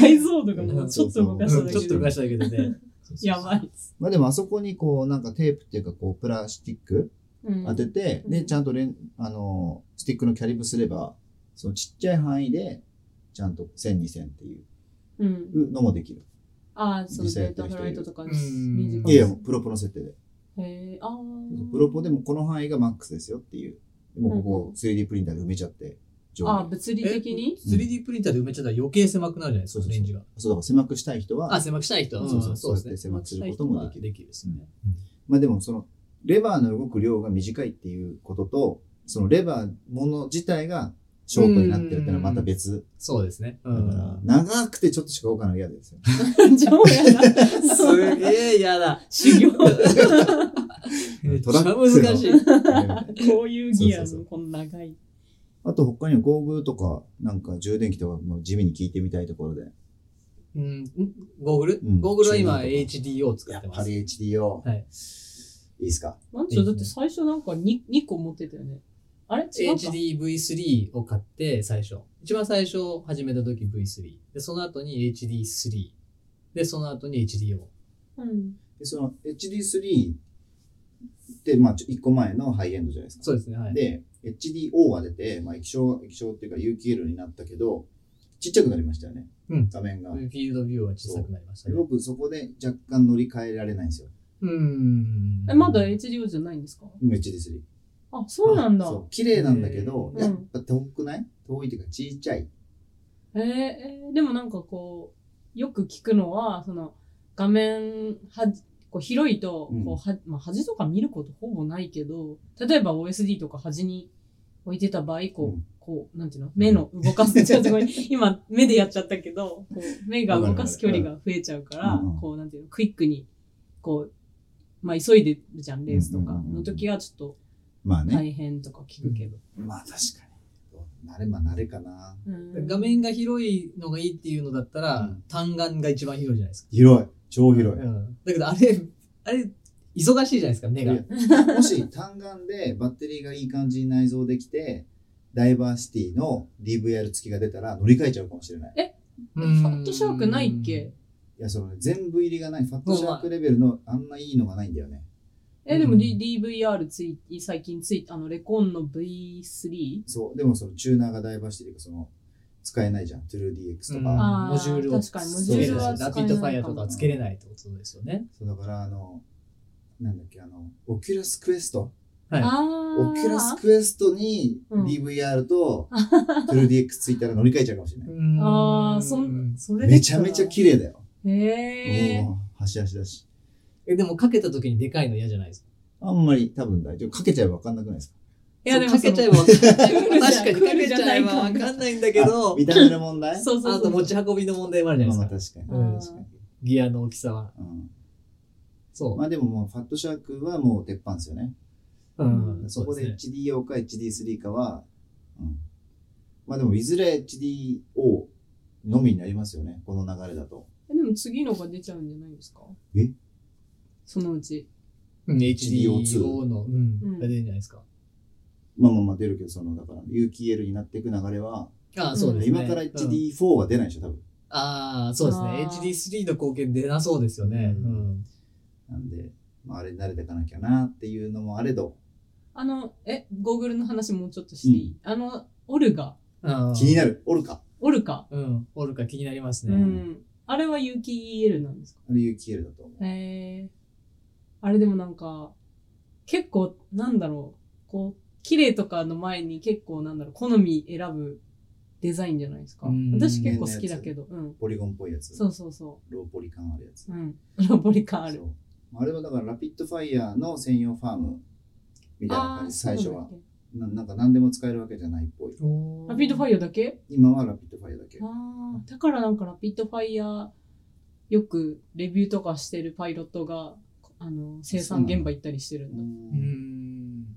D: 解像度がもうちょっと動かしただ
C: ち
D: け
C: ょっ
D: で。
C: と動かしただけでね。
D: やばい。
B: まあでもあそこにこうなんかテープっていうかこうプラスチック
D: うん
B: 当てて、
D: うん
B: で、ちゃんとレン、あの、スティックのキャリブすれば、そのちっちゃい範囲で、ちゃんと1000、2000ってい
D: うん。
B: うのもできる。
D: ああ、その
B: 実際や
D: デ
B: っ
D: ータ
B: てる
D: フ
B: 人
D: ライトとか
C: い
D: に
C: るうん
D: 短
B: いやいや、
D: へ
B: もうプロポの設定で。
D: え、ああ。
B: プロポでもこの範囲がマックスですよっていう。でもうここ 3D プリンターで埋めちゃって、上下
D: ああ、物理的に
C: 3D プリンターで埋めちゃったら余計狭くなるじゃないです
B: そう
C: か、
B: そうそう
C: レンジが。
B: そうだから狭くしたい人は、
C: あ、狭くしたい人は、
B: うん
C: ん
B: そう
C: です
B: そうやって
C: ね。
B: 狭くすることもできる
C: できるですね。
B: まあでもそのレバーの動く量が短いっていうことと、そのレバーもの自体がショートになってるっていうのはまた別
C: そうですね。う
B: だから
C: ん、。
B: 長くてちょっとしか動かないの嫌です よね。
D: 超やだ。
C: すげえ嫌だ。
D: 修 行。
C: めっち
B: トラッ
C: ゃ
B: クの
C: 難しい。
D: こういうギア
B: そうそうそう
D: のこの長い。
B: あと他にもゴーグルとか、なんか充電器とかも地味に聞いてみたいところで。
C: うん、ゴーグル
B: うん
C: ゴーグルは今
B: 中古と
C: HDO を使
B: や
C: っ
B: って
C: ま
B: ぱ
C: す。
B: り HD を。
C: はい
B: いいですか
D: なんちゅう、だって最初なんか 2, 2個持ってたよね。あれ違うか
C: HDV3 を買って、最初。一番最初始めた時 V3。で、その後に HD3。で、その後に HDO。
D: うん。
B: でその HD3 って、まあちょ1個前のハイエンドじゃないですか。
C: そうですね、はい。
B: で、HDO が出て、まあ、液晶、液晶っていうか有機 L になったけど、ちっちゃくなりましたよね。
C: うん
B: 画面が。
C: フィールドビューは小さくなりましたね。
B: 僕、そこで若干乗り換えられないんですよ。
C: うん。
D: え、まだ HDO じゃないんですか
B: HD3。
D: あ、そうなんだ。
B: そう。綺麗なんだけど、
D: へー
B: やっぱ遠くない遠いっていうか、ちっちゃい。
D: えーえーでもなんかこう、よく聞くのは、その、画面はじ、こう広いと、
B: うん
D: こうは、まあ、端とか見ることほぼないけど、例えば OSD とか端に置いてた場合、こう、
B: うん
D: こう、なんていうの目の動か す、ちょっとごめん、今目でやっちゃったけど、こう、目が動かす距離が増えちゃうから、
B: うんうん
D: こう、なんていうの、クイックに、こう、まあ、急いでるじゃん、レースとか
B: うんうんうんうん
D: の時はちょっ
B: まあ
D: と
B: ね。
D: 大変とか聞くけど。
B: まあ確かに。慣れば慣れかな。
D: うん
C: 画面が広いのがいいっていうのだったら、
B: うん
C: 単眼が一番広いじゃないですか。
B: 広い。超広い。
C: うん、 だけど、あれ、あれ、忙しいじゃないですか、目が。
B: いやもし単眼でバッテリーがいい感じに内蔵できて、ダイバーシティの DVR 付きが出たら乗り換えちゃうかもしれない。
D: フ
C: うん
D: ァットシャークないっけ
B: いや、そのね全部入りがない、ファットシャークレベルのあんないいのがないんだよね。
D: え、でも、D
C: うん
D: DVR つい、最近つい、あの、レコンの V3?
B: そう、でもそのチューナーがダイバーシティがその、使えないじゃん、TrueDX と
C: うん
B: か。
D: あー
C: モジュールを
D: 確かに
B: モジュールは
C: そうですねラ
D: 使
C: ピ
D: えないかも
C: ッドファイアとかはつけれないってことですよね。
B: そうだから、あの、なんだっけ、あの、オキュラスクエスト。
C: はい
D: あー
B: オキュラスクエストに
D: うん
B: DVR と TrueDX ついたら乗り換えちゃうかもし れない。
D: あー、そん、それで
B: めちゃめちゃ綺麗だよ。
D: 麗。へー
B: おー端々だし。
C: えでもかけた時にでかいの嫌じゃないですか。
B: あんまり多分大丈夫。かけちゃえばわかんなくないですか
D: いや、でも、
C: かけちゃえばわかんない。確かにかけちゃえばわかんないんだけど、
B: 見た目の問題
D: ば そうそうそう。
C: あと持ち運びの問題もあるじゃ
B: まあ
C: な
B: まあ
C: いですか。
B: 確かに。
C: うん
B: 確かに
C: ギアの大きさは。
B: うん
C: そ
B: まあでももう、ファットシャークはもう鉄板ですよね。
C: う。うん、
B: そ
C: そ
B: こ
C: うで
B: です
C: ね。
B: HDO か HD3 かは、うん、まあでもいずれ HDO のみになりますよね、この流れだと。
D: えでも、次のが出ちゃうんじゃないですか
B: え
D: そのうち。
C: うん HDO の、うん
D: うん
C: あれじゃないですか。
B: まあまあまあ出るけど、その、だから有機 EL になっていく流れは、
C: あーそうですね。
B: 今から
C: うん
B: HD4 は出ないでしょ、多分。
C: ああ、そうですね
D: あ。ー
C: HD3 の貢献出なそうですよね。
B: う
C: うんん。
B: なんで、まああれ慣れていかなきゃなっていうのもあれど、
D: あの、え、ゴーグルの話もうちょっとしていいあの、オルガ、
C: あー
B: 気になる、おるか。
D: オルカ。
C: うん。おるか気になります
D: う
C: ね。
D: ん。あれは有機 EL なんですか
B: あれ有機 EL だと思う。
D: へえ。あれでもなんか、結構、なんだろう、こう、綺麗とかの前に結構なんだろう、好み選ぶデザインじゃないですか
C: うん。
D: 私結構好きだけど、うん。
B: ポリゴンっぽいやつ。
D: そうそうそ
B: ローポリ感あるやつ。
D: う。うん。 ロボリ感あ
B: そ
D: る。
B: うあれはだからラピッドファイヤーの専用ファームみたいな
D: あ
B: 感
D: ー
B: じ、最初。
D: そうな
B: は
D: んだっ
B: な。なんか何でも使えるわけじゃないっぽい。
D: けラピッドファイヤーだけ
B: 今はラピッドファイヤーだけ
D: あ。あ。だからなんかラピッドファイヤー、よくレビューとかしてるパイロットが、あの、生産現場行ったりしてる
B: うん
D: だ。
C: うんん。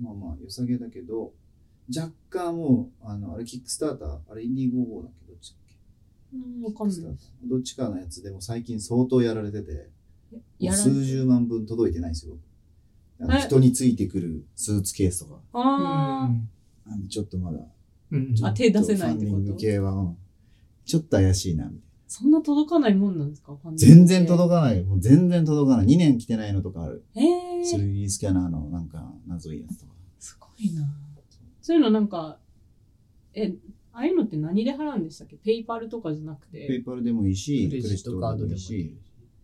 B: まあまあ、良さげだけど、若干もう、あの、あれ、キックスターター、あれ、インディーゴーゴーだっけど、どっちだっけ
D: うん、わかんない。
B: どっちかのやつでも最近相当やられてて、
D: やら
B: 数十万分届いてないんですよ。あの
D: え
B: 人についてくるスーツケースとか。
D: あ
B: なんでちょっとまだ。
C: うん
D: あ、手出せないって
B: ファンディン
D: こ
B: グ
D: と
B: 系は、うんちょっと怪しいな。
D: そんな届かないもんなんですかファンディング系
B: 全然届かない。もう全然届かない。2年来てないのとかある。
D: ええ
B: 3D スキャナーのなんか謎いやつとか。
D: すごいな。そういうのなんか、え、ああいうのって何で払うんでしたっけペイパルとかじゃなく
B: ペ
D: て。
B: イパルでもいいし、
C: ク
B: ク
C: レ
B: レ
C: ジ
B: ジ
C: ッ
B: ッ
C: ト
B: ト
C: カ
B: カ
C: ー
B: ー
C: ド
B: ドでもい
C: でもいい
B: い
C: し
B: し。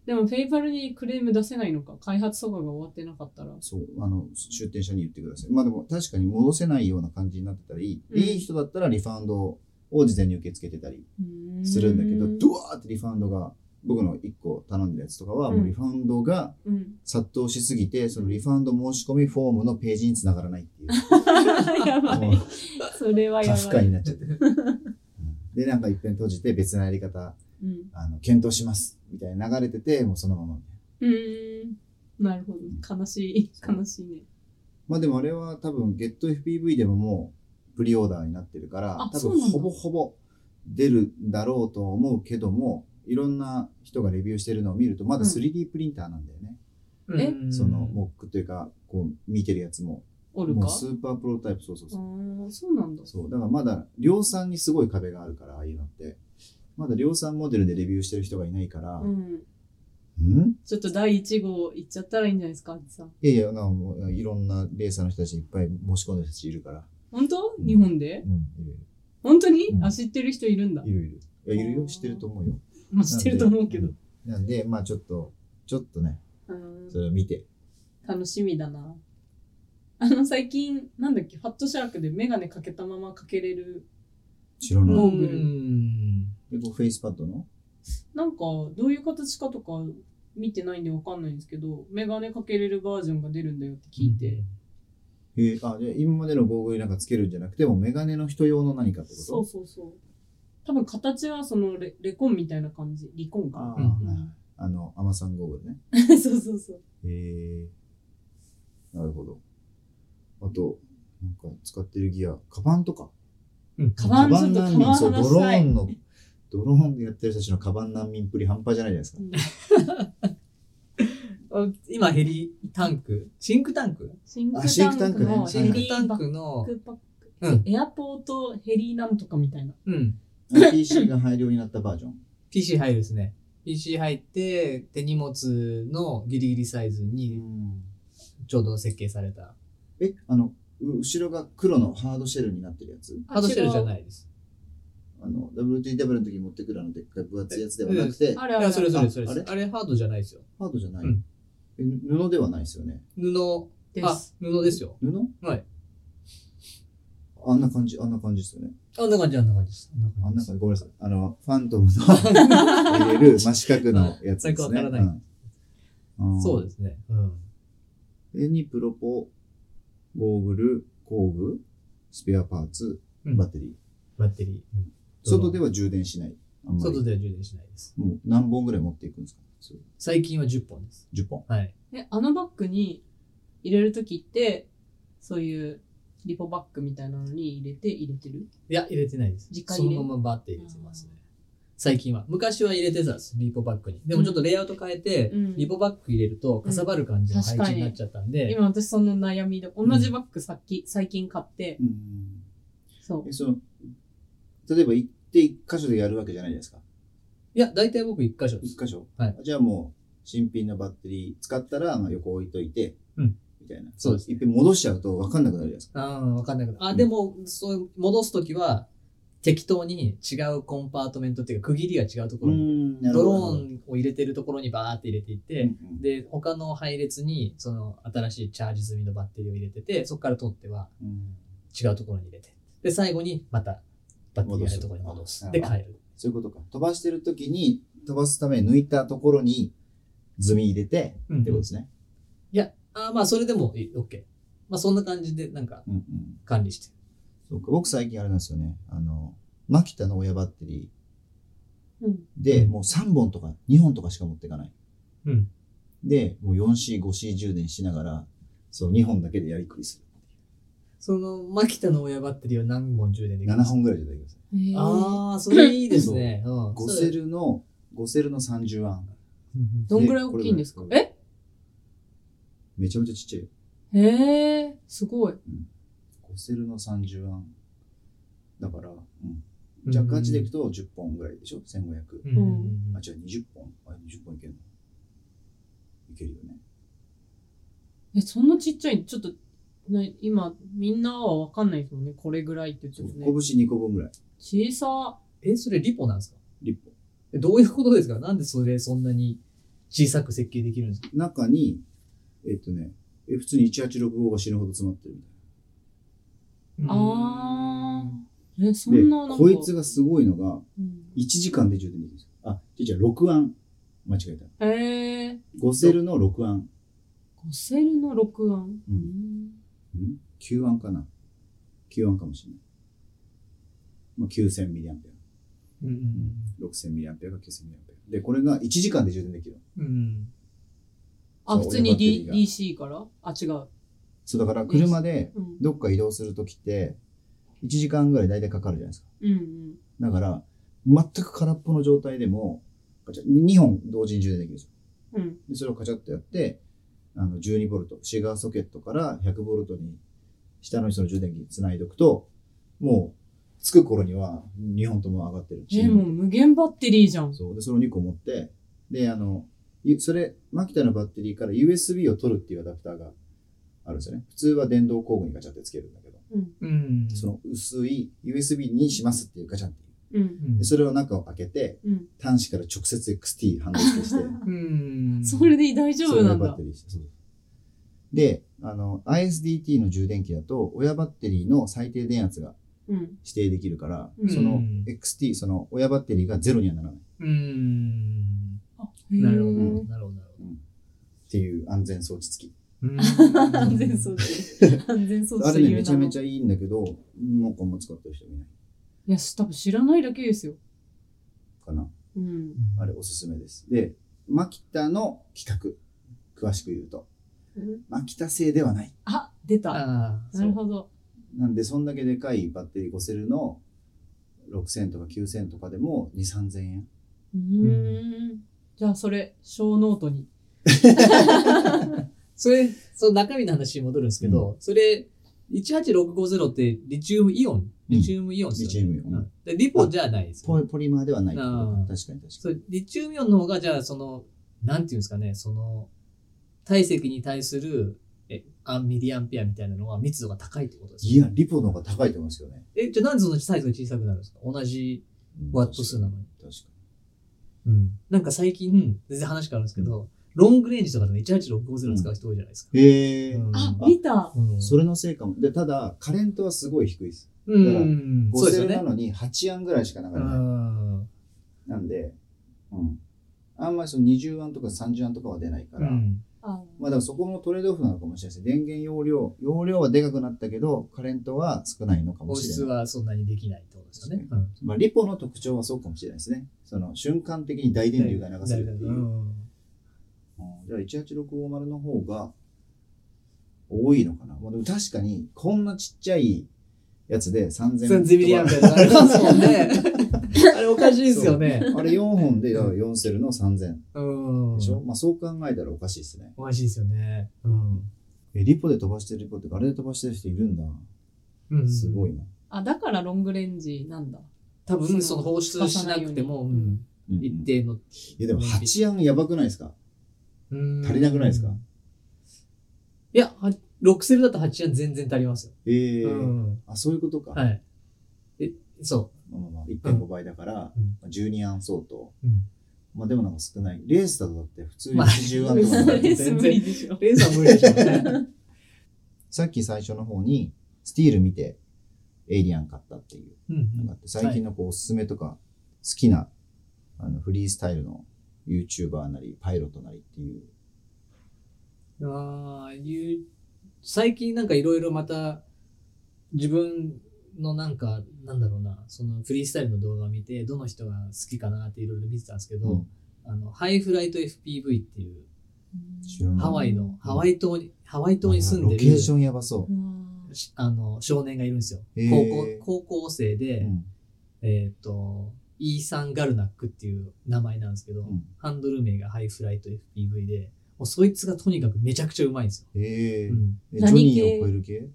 D: でもペイパルにクレーム出せないのか。開発とかが終わってなかったら。
B: そう、あの、出店者に言ってください。まあでも確かに戻せないような感じになってたり、
D: うん
B: いい人だったらリファウンドを事前に受け付けてたりす
D: す
B: るんだけど、ドワーってリファウンドが、僕の1個頼んでるやつとかは、
D: うん
B: もうリファウンドが
D: うん。
B: 殺到しすぎて、そのリファウンド申し込みフォームのページに繋がらないっ ていう。
D: やば
B: も
D: い。
B: う
D: それはや
B: カ
D: ばい。
B: フカになっちゃってる。うんで、なんか一遍閉じて別のやり方、
D: うん。
B: あの、検討します。みたいな流れてて、もうそのまま。
D: うーん。なるほど。悲しい。悲しいね。
B: まあでもあれは多分 GetFPV でももうプリオーダーになってるから
D: あ、
B: 多
D: そう
B: 分
D: なんだ
B: ほぼほぼ出るだろうと思うけども、いろんな人がレビューしてるのを見ると、まだ
D: うん
B: 3D プリンターなんだよね。
D: え
B: そのモックというか、こう見てるやつも。
D: おる
B: も
D: か。
B: うスーパープロタイプ、そうそう
D: あ
B: そう。
D: ーそうなんだ。
B: そう、だからまだ量産にすごい壁があるから、ああいうのって。まだ量産モデルでレビューしてる人がいないから、
D: う
B: うん
D: ん。
B: ん
D: ちょっと第1号いっちゃったらいいんじゃないですか、あんさん。
B: いやいや、なんかもういろんなレーサーの人たちいっぱい申し込んでる人たちいるから。
D: 本当
B: うん
D: 日本で
B: うん、いるいる。
D: 本当に、
B: うん
D: あ、知ってる人いるんだ。
B: いるいる。いや、いる
D: あ
B: よ。
D: ー
B: 知ってると思うよ。
D: まあ、知ってると思うけど。
B: なんで、まあちょっと、ちょっとね、
D: うん
B: それを見て。
D: 楽しみだな。あの、最近、なんだっけ、ファットシャークでメガネかけたままかけれる。
B: 知らな
D: モ
B: い。
D: ーグル
B: で、こうフェイスパッドの
D: なんか、どういう形かとか見てないんでわかんないんですけど、メガネかけれるバージョンが出るんだよって聞いて。
B: えー、あ、じゃあ今までのゴーグルなんかつけるんじゃなくて、もうメガネの人用の何かってこと
D: そうそうそう。多分形はそのレレコンみたいな感じ。リコン
B: あ
D: か。
B: あ、
C: うん
B: はいあの、アマさんゴーグル ね。
D: そうそうそう。
B: へえー、なるほど。あと、なんか使ってるギア、カバンとか。
D: カバンちょっと
B: 難
D: カバン
B: そう、
D: 話
B: ド
D: し
B: ロ
D: た
B: ー
D: い。
B: ンの、ドローンでやってる人たちのカバン難民っぷり半端じゃないじゃないです か。
C: 今ヘリタンクシンクタンク
D: シンク
B: あシンク
D: タ
B: タ
D: ン
B: ン
D: ク
B: クね
D: の
C: シ
D: ヘ
C: ン
D: リ
C: クタ
D: ーバ
C: ン
D: ッ
C: クの
D: クパック。
C: うん
D: エアポートヘリなんとかみたいな。
C: うん、
B: PC が配慮になったバージョン。
C: PC 入るですね PC 入って手荷物のギリギリサイズにちょうど設計された
B: え、あの、う後ろが黒のハードシェルになってるやつ
C: ハードシェルじゃ
D: い。
C: ないです
B: あの、WTW の時に持ってくるあのでっかい分厚いやつではなくて、
D: あ
B: ハ
D: れあ
C: い
D: れあ
C: や
D: れ
C: それそれそれ
B: あ
C: あ
B: あれ
C: れあれハードじゃないですよ
B: ードじゃない、
C: うん
B: え布ではないですよね。
C: 布
D: で
C: あ
D: す。
C: 布ですよ
B: 布
C: はい
B: あんな感じ、あんな感じですよね。
C: あんな感じあんな感じです
B: あんな感じ、ごめんなさい。あの、ファントムの 入れる真四角のやつですね。
C: 全くわからない
B: うん
C: そうですねうん
B: でにプロポ、ゴーグル、工具、スペアパーツ、
C: うん
B: バッテリー。
C: バッテリー、うん
B: 外では充電しない。あんまり
C: 外。では充電しないです
B: もう何本ぐらい持っていくんですか普通
C: 最近は10本です
B: 10本。
C: はい
D: え、あのバッグに入れるときって、そういうリポバッグみたいなのに入れて入れてる
C: いや入れてないです
D: 直
C: そ
D: 入れ
C: のままバッて入れてますね最近は昔は入れてたんですリポバッグにでもちょっとレイアウト変えて、
D: うん
C: リポバッグ入れるとかさばる感じの
D: 確
C: 配
D: か
C: 置
D: に
C: になっちゃったんで、
D: 今私その悩みで、同じバッグさっき、最近買って、
B: うん
D: そう
B: え。その例えば行って一箇所でやるわけじゃないですか
C: いや大体僕1箇所で
B: 一
C: す
B: 箇所、
C: はい
B: じゃあもう新品のバッテリー使ったらまあ横置いといて、
C: うん
B: みたいな
C: そうです
B: いっぺん戻しちゃうと分かんなくなるじゃないですか
C: ああ、わかんないけど。あ、
B: うん
C: でも、そう、戻すときは、適当に違うコンパートメントっていうか、区切りが違うところに、
B: ん
C: ドロー
B: ン
C: ンを入れてるところにバーって入れていって、で、他の配列に、その、新しいチャージ済みのバッテリーを入れてて、そこから取っては違うところに入れて、で、最後にまた、バッテリーが入るところに戻す。
B: 戻、
C: です帰る。
B: そういうことか飛ばしてる時に飛ばすために抜いたところに積み入れて
C: うん
B: ってことですね、
C: いや、あーまあ、それでもいい OK。まあ、そんな感じで、なんか、
B: うんうん
C: 管理してる。
B: そうか僕最近あれなんですよねあのマキタの親バッテリ
D: うん。
B: ーで
C: うん
B: もう3本とか2本とかしか持っていかない
C: うん。
B: で、もう 4C、5C 充電しながら、そう、2本だけでやりくりす
C: その、マキタの親バッテリーは何本充電できる
B: 7本ぐらいでできます。
D: へー
C: ああ、それいいですね。うん
B: 5セルの、5セルの30アン。
D: どんぐらい大きいんですか
B: ねこれ
D: え
B: めちゃめちゃちっちゃいよ。
D: へえ、すごい。
B: 5セルの30アン。だから、うん。若干値でいくと10本ぐらいでしょ ?1500。
C: うん。うん
B: あ、じゃあ20本あ、20本いけるのいけるよね。
D: え、そんなちっちゃい、ちょっと、ね、今、みんなはわかんないですもんね。これぐらいって言って
B: そう
D: もね。
B: 拳2個分ぐらい。
D: 小さ。
C: え、それリポなんですか
B: 立方。
C: えどういうことですかなんでそれそんなに小さく設計できるんですか
B: 中に、えっとね、え普通に1865が死ぬほど詰まってるみたい
D: あー。え、そ
B: で
D: んな、なんか。
B: こいつがすごいのが、
D: うん
B: 1時間で充電できるんですよ。あ、じゃあ6案。間違えた。
D: えー、
B: 5セルの6案。
D: 5セルの6案。
B: うんん ?9 案かな ?9 案かもしれない。まあ、9000ミリアンペ
C: うんうん
B: ア。6000ミリアンペアか9000ミリアンペア。で、これが1時間で充電できる。
C: うん。うん。
D: あ、
B: そう
D: 普通に、D、
B: 俺バッテリ
D: DC からあ、違う。
B: そう、だから車で
D: うん。
B: どっか移動するときって、1時間ぐらい大体かかるじゃないですか。
D: うんうん。
B: だから、全く空っぽの状態でも、ガチャ2本同時に充電できるんですよ。
D: うん。
B: で、それをカチャッとやって、あの、12ボルト、シガーソケットから100ボルトに、下の人の充電器に繋いでおくと、もう、着く頃には2本とも上がってる
D: え、もう無限バッテリーじゃん。
B: そう。で、その2個持って、で、あの、ゆそれ、マキタのバッテリーから USB を取るっていうアダプターがあるんですよね。普通は電動工具にガチャってつけるんだけど、
C: うん。
B: その薄い USB にしますっていうガチャンっていう。
D: うん。
C: うん
B: で、それを中を開けて、
D: うん。
B: 端子から直接 XT 反応してして、
C: うん。
D: それで大丈夫なん
B: そう親バッ
D: だ
B: テ。リーしてそうで、あの、ISDT の充電器だと、親バッテリーの最低電圧が
D: うん。
B: 指定できるから、
D: うん
B: その
C: うん
B: XT、その親バッテリーがゼロにはならないっ
C: うん。
D: あ、へー
C: なるほど。なるほど。なるほ
B: ていう安全装置付き。
C: どう ん。
D: 安全 装置。安全装置
B: あ
D: と
B: れね、
D: いう
B: めちゃめち
D: ゃ。
B: ゃいいんだけど、なんかあんま使ってる人いない
D: いや、多分知らないだけですよ。
B: かな。
D: うん。
B: あれおすすめです。で、マキタの企画、詳しく言うと、マキタ製ではない。
D: あ、出た。
C: ああ、
D: なるほど。
B: なんで、そんだけでかいバッテリー5セルの6000とか9000とかでも2、3000円。
D: うーん。じゃあ、それ、小ノートに。
C: それ、その中身の話に戻るんですけど、それ、18650ってリチウムイオン。リチウムイオンです
B: リ
C: よね
B: チウムイオン
C: うんでリポじゃないですよ
B: ポ
C: ね、
B: リポリマーではない。確か
C: あー
B: に確かに。
C: そうリチウムイオンの方が、じゃあ、その、なんていうんですかね、その、体積に対する、え、アンミリアンペアみたいなのは密度が高いってことです
B: い
C: か
B: や、リポの方が高いと思いますよね。
C: え、じゃあなんでそんなサイズが小さくなるんですか同じ
B: うん
C: ワット数なのに。
B: 確か
C: うん。なんか最近、全然話変わるんですけど、ロングレンジとかでも18650使う人多いじゃないですか。
B: に。へえ。
D: あ、
B: あ
D: 見た。
C: うん
B: それのせいかも。で、ただ、カレントはすごい低いです。
C: うん。
B: 5
C: そうです
B: セ
C: よ
B: ルな
C: ね。
B: のに8アンぐらいしか流れ
C: う
B: ない。
C: ん。
B: なんで、うん。あんまりその20アンとか30アンとかは出ないから。
C: うん
D: あ
B: まあ、だからそこのトレードオフなのかもしれないですね。電源容量、容量はでかくなったけど、カレントは少ないのかも
C: 放
B: しれ
C: 出
B: ない。
C: はそんなにできないってことですよね。
B: まあ、リポの特徴はそうかもしれないですね。その瞬間的に大電流が流せるっていう。
C: うん
B: うんじゃあ18650の方が多いのかな。まあ、でも確かに、こんなちっちゃいやつで3000
C: 全然 ミリアンペアになりますもんね。あれおかしいですよね。
B: あれ4本で4セルの3000
C: うん。
B: でしょ、まあそう考えたらおかしいですね。
C: おかしいですよね。うん
B: え、リポで飛ばしてるリポってかあれで飛ばしてる人いるんだ。
C: うん。
B: すごいな。
D: あ、だからロングレンジなんだ。
C: 多分、その放出しなくても、うん
B: うんうん
C: 一定の。
B: いやでも8案やばくないですか
C: 足
B: 足りなくないですか
C: いや、は6セルだと8は全然足りますよ。
B: えー
C: うん
B: あ、そういうことか。
C: はい。え、そ
B: まあまあまあ、1.5倍だから、
C: うん
B: まあ12案相当。
C: うん
B: まあでもなんか少ない。レースだとだって普通に
C: まあ
B: 80案とか
D: そ
B: にな
D: れ
B: る、
D: です無理でしょ
C: う。。レーザー無理でしょうね。
B: さっき最初の方に、スティール見て、エイリアン買ったって いう
C: うん
B: のがあって、最近のこうおすすめとか、好きな、あの、フリースタイルの YouTuber なり、パイロットなりっていう。
C: うんあーいう最近なんかいろいろまた、自分のなんか、なんだろうな、そのフリースタイルの動画を見て、どの人が好きかなっていろいろ見てたんですけど、
B: うん
C: あの、ハイフライト FPV っていう、
B: 知らない
C: ハワイの、ハワイ島に、ハワイ島に住んで
B: ロ
C: る。
B: ケーションやばそう。
D: うん
C: しあの、少年がいるんですよ。
B: へー
C: 高校、高校生で、
B: うん
C: えっ、と、イーサン・ガルナックっていう名前なんですけど、
B: うん
C: ハンドル名がハイフライト FPV で、もうそいつがとにかくめちゃくちゃうまいんですよ。
B: へえ
C: うん
B: えジョ
D: 何系
B: ニーを超える系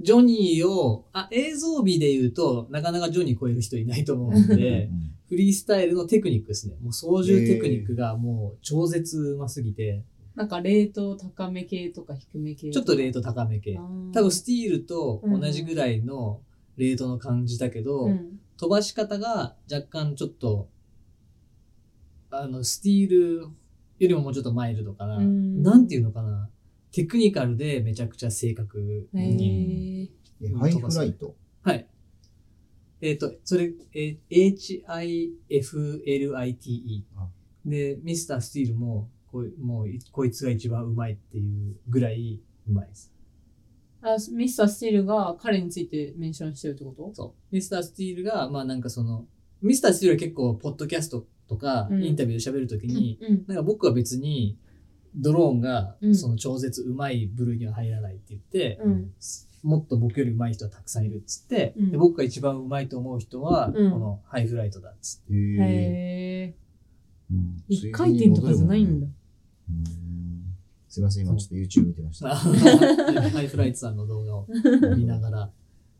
C: ジョニーを、あ、映像美で言うと、なかなかジョニー超える人いないと思うん
B: うん
C: で、フリースタイルのテクニックですね。もう操縦テクニックがもう超絶うますぎて、
D: なんか、レート高め系とか低め系
C: ちょっとレー
D: ト。
C: ト高め系
D: あ。ー
C: 多分、スティールと同じぐらいのレートの感じだけど、
D: うん
C: 飛ばし方が若干ちょっと、あの、スティールよりももうちょっとマイルドかな。
D: うん
C: なんていうのかな。テクニカルでめちゃくちゃ正確
D: へ
C: に。
D: ー
B: えハイフライト
C: はい。えっ、と、それ、えー HIFLITE
B: あ。
C: で、ミスタースティールも、こいもうい、こいつが一番うまいっていうぐらいうまいです。
D: あミスター・スティールが彼についてメンションしてるってこと
C: そう。ミスター・スティールが、まあなんかその、ミスター・スティールは結構、ポッドキャストとか、
D: うん
C: インタビューで喋るときに、
D: うん
C: なんか僕は別に、ドローンが
D: う、ん
C: その超絶うまい部類には入らないって言って、
D: うん
C: もっと僕よりうまい人はたくさんいるっつって、
D: うん
C: で僕が一番うまいと思う人は、
D: うん
C: このハイフライトだっつって。
B: へ え
D: へえ
B: うん
D: 一回転とかじゃないんだ。
B: うんすいません今ちょっと YouTube 見て ました
C: ハイフライトさんの動画を見ながら。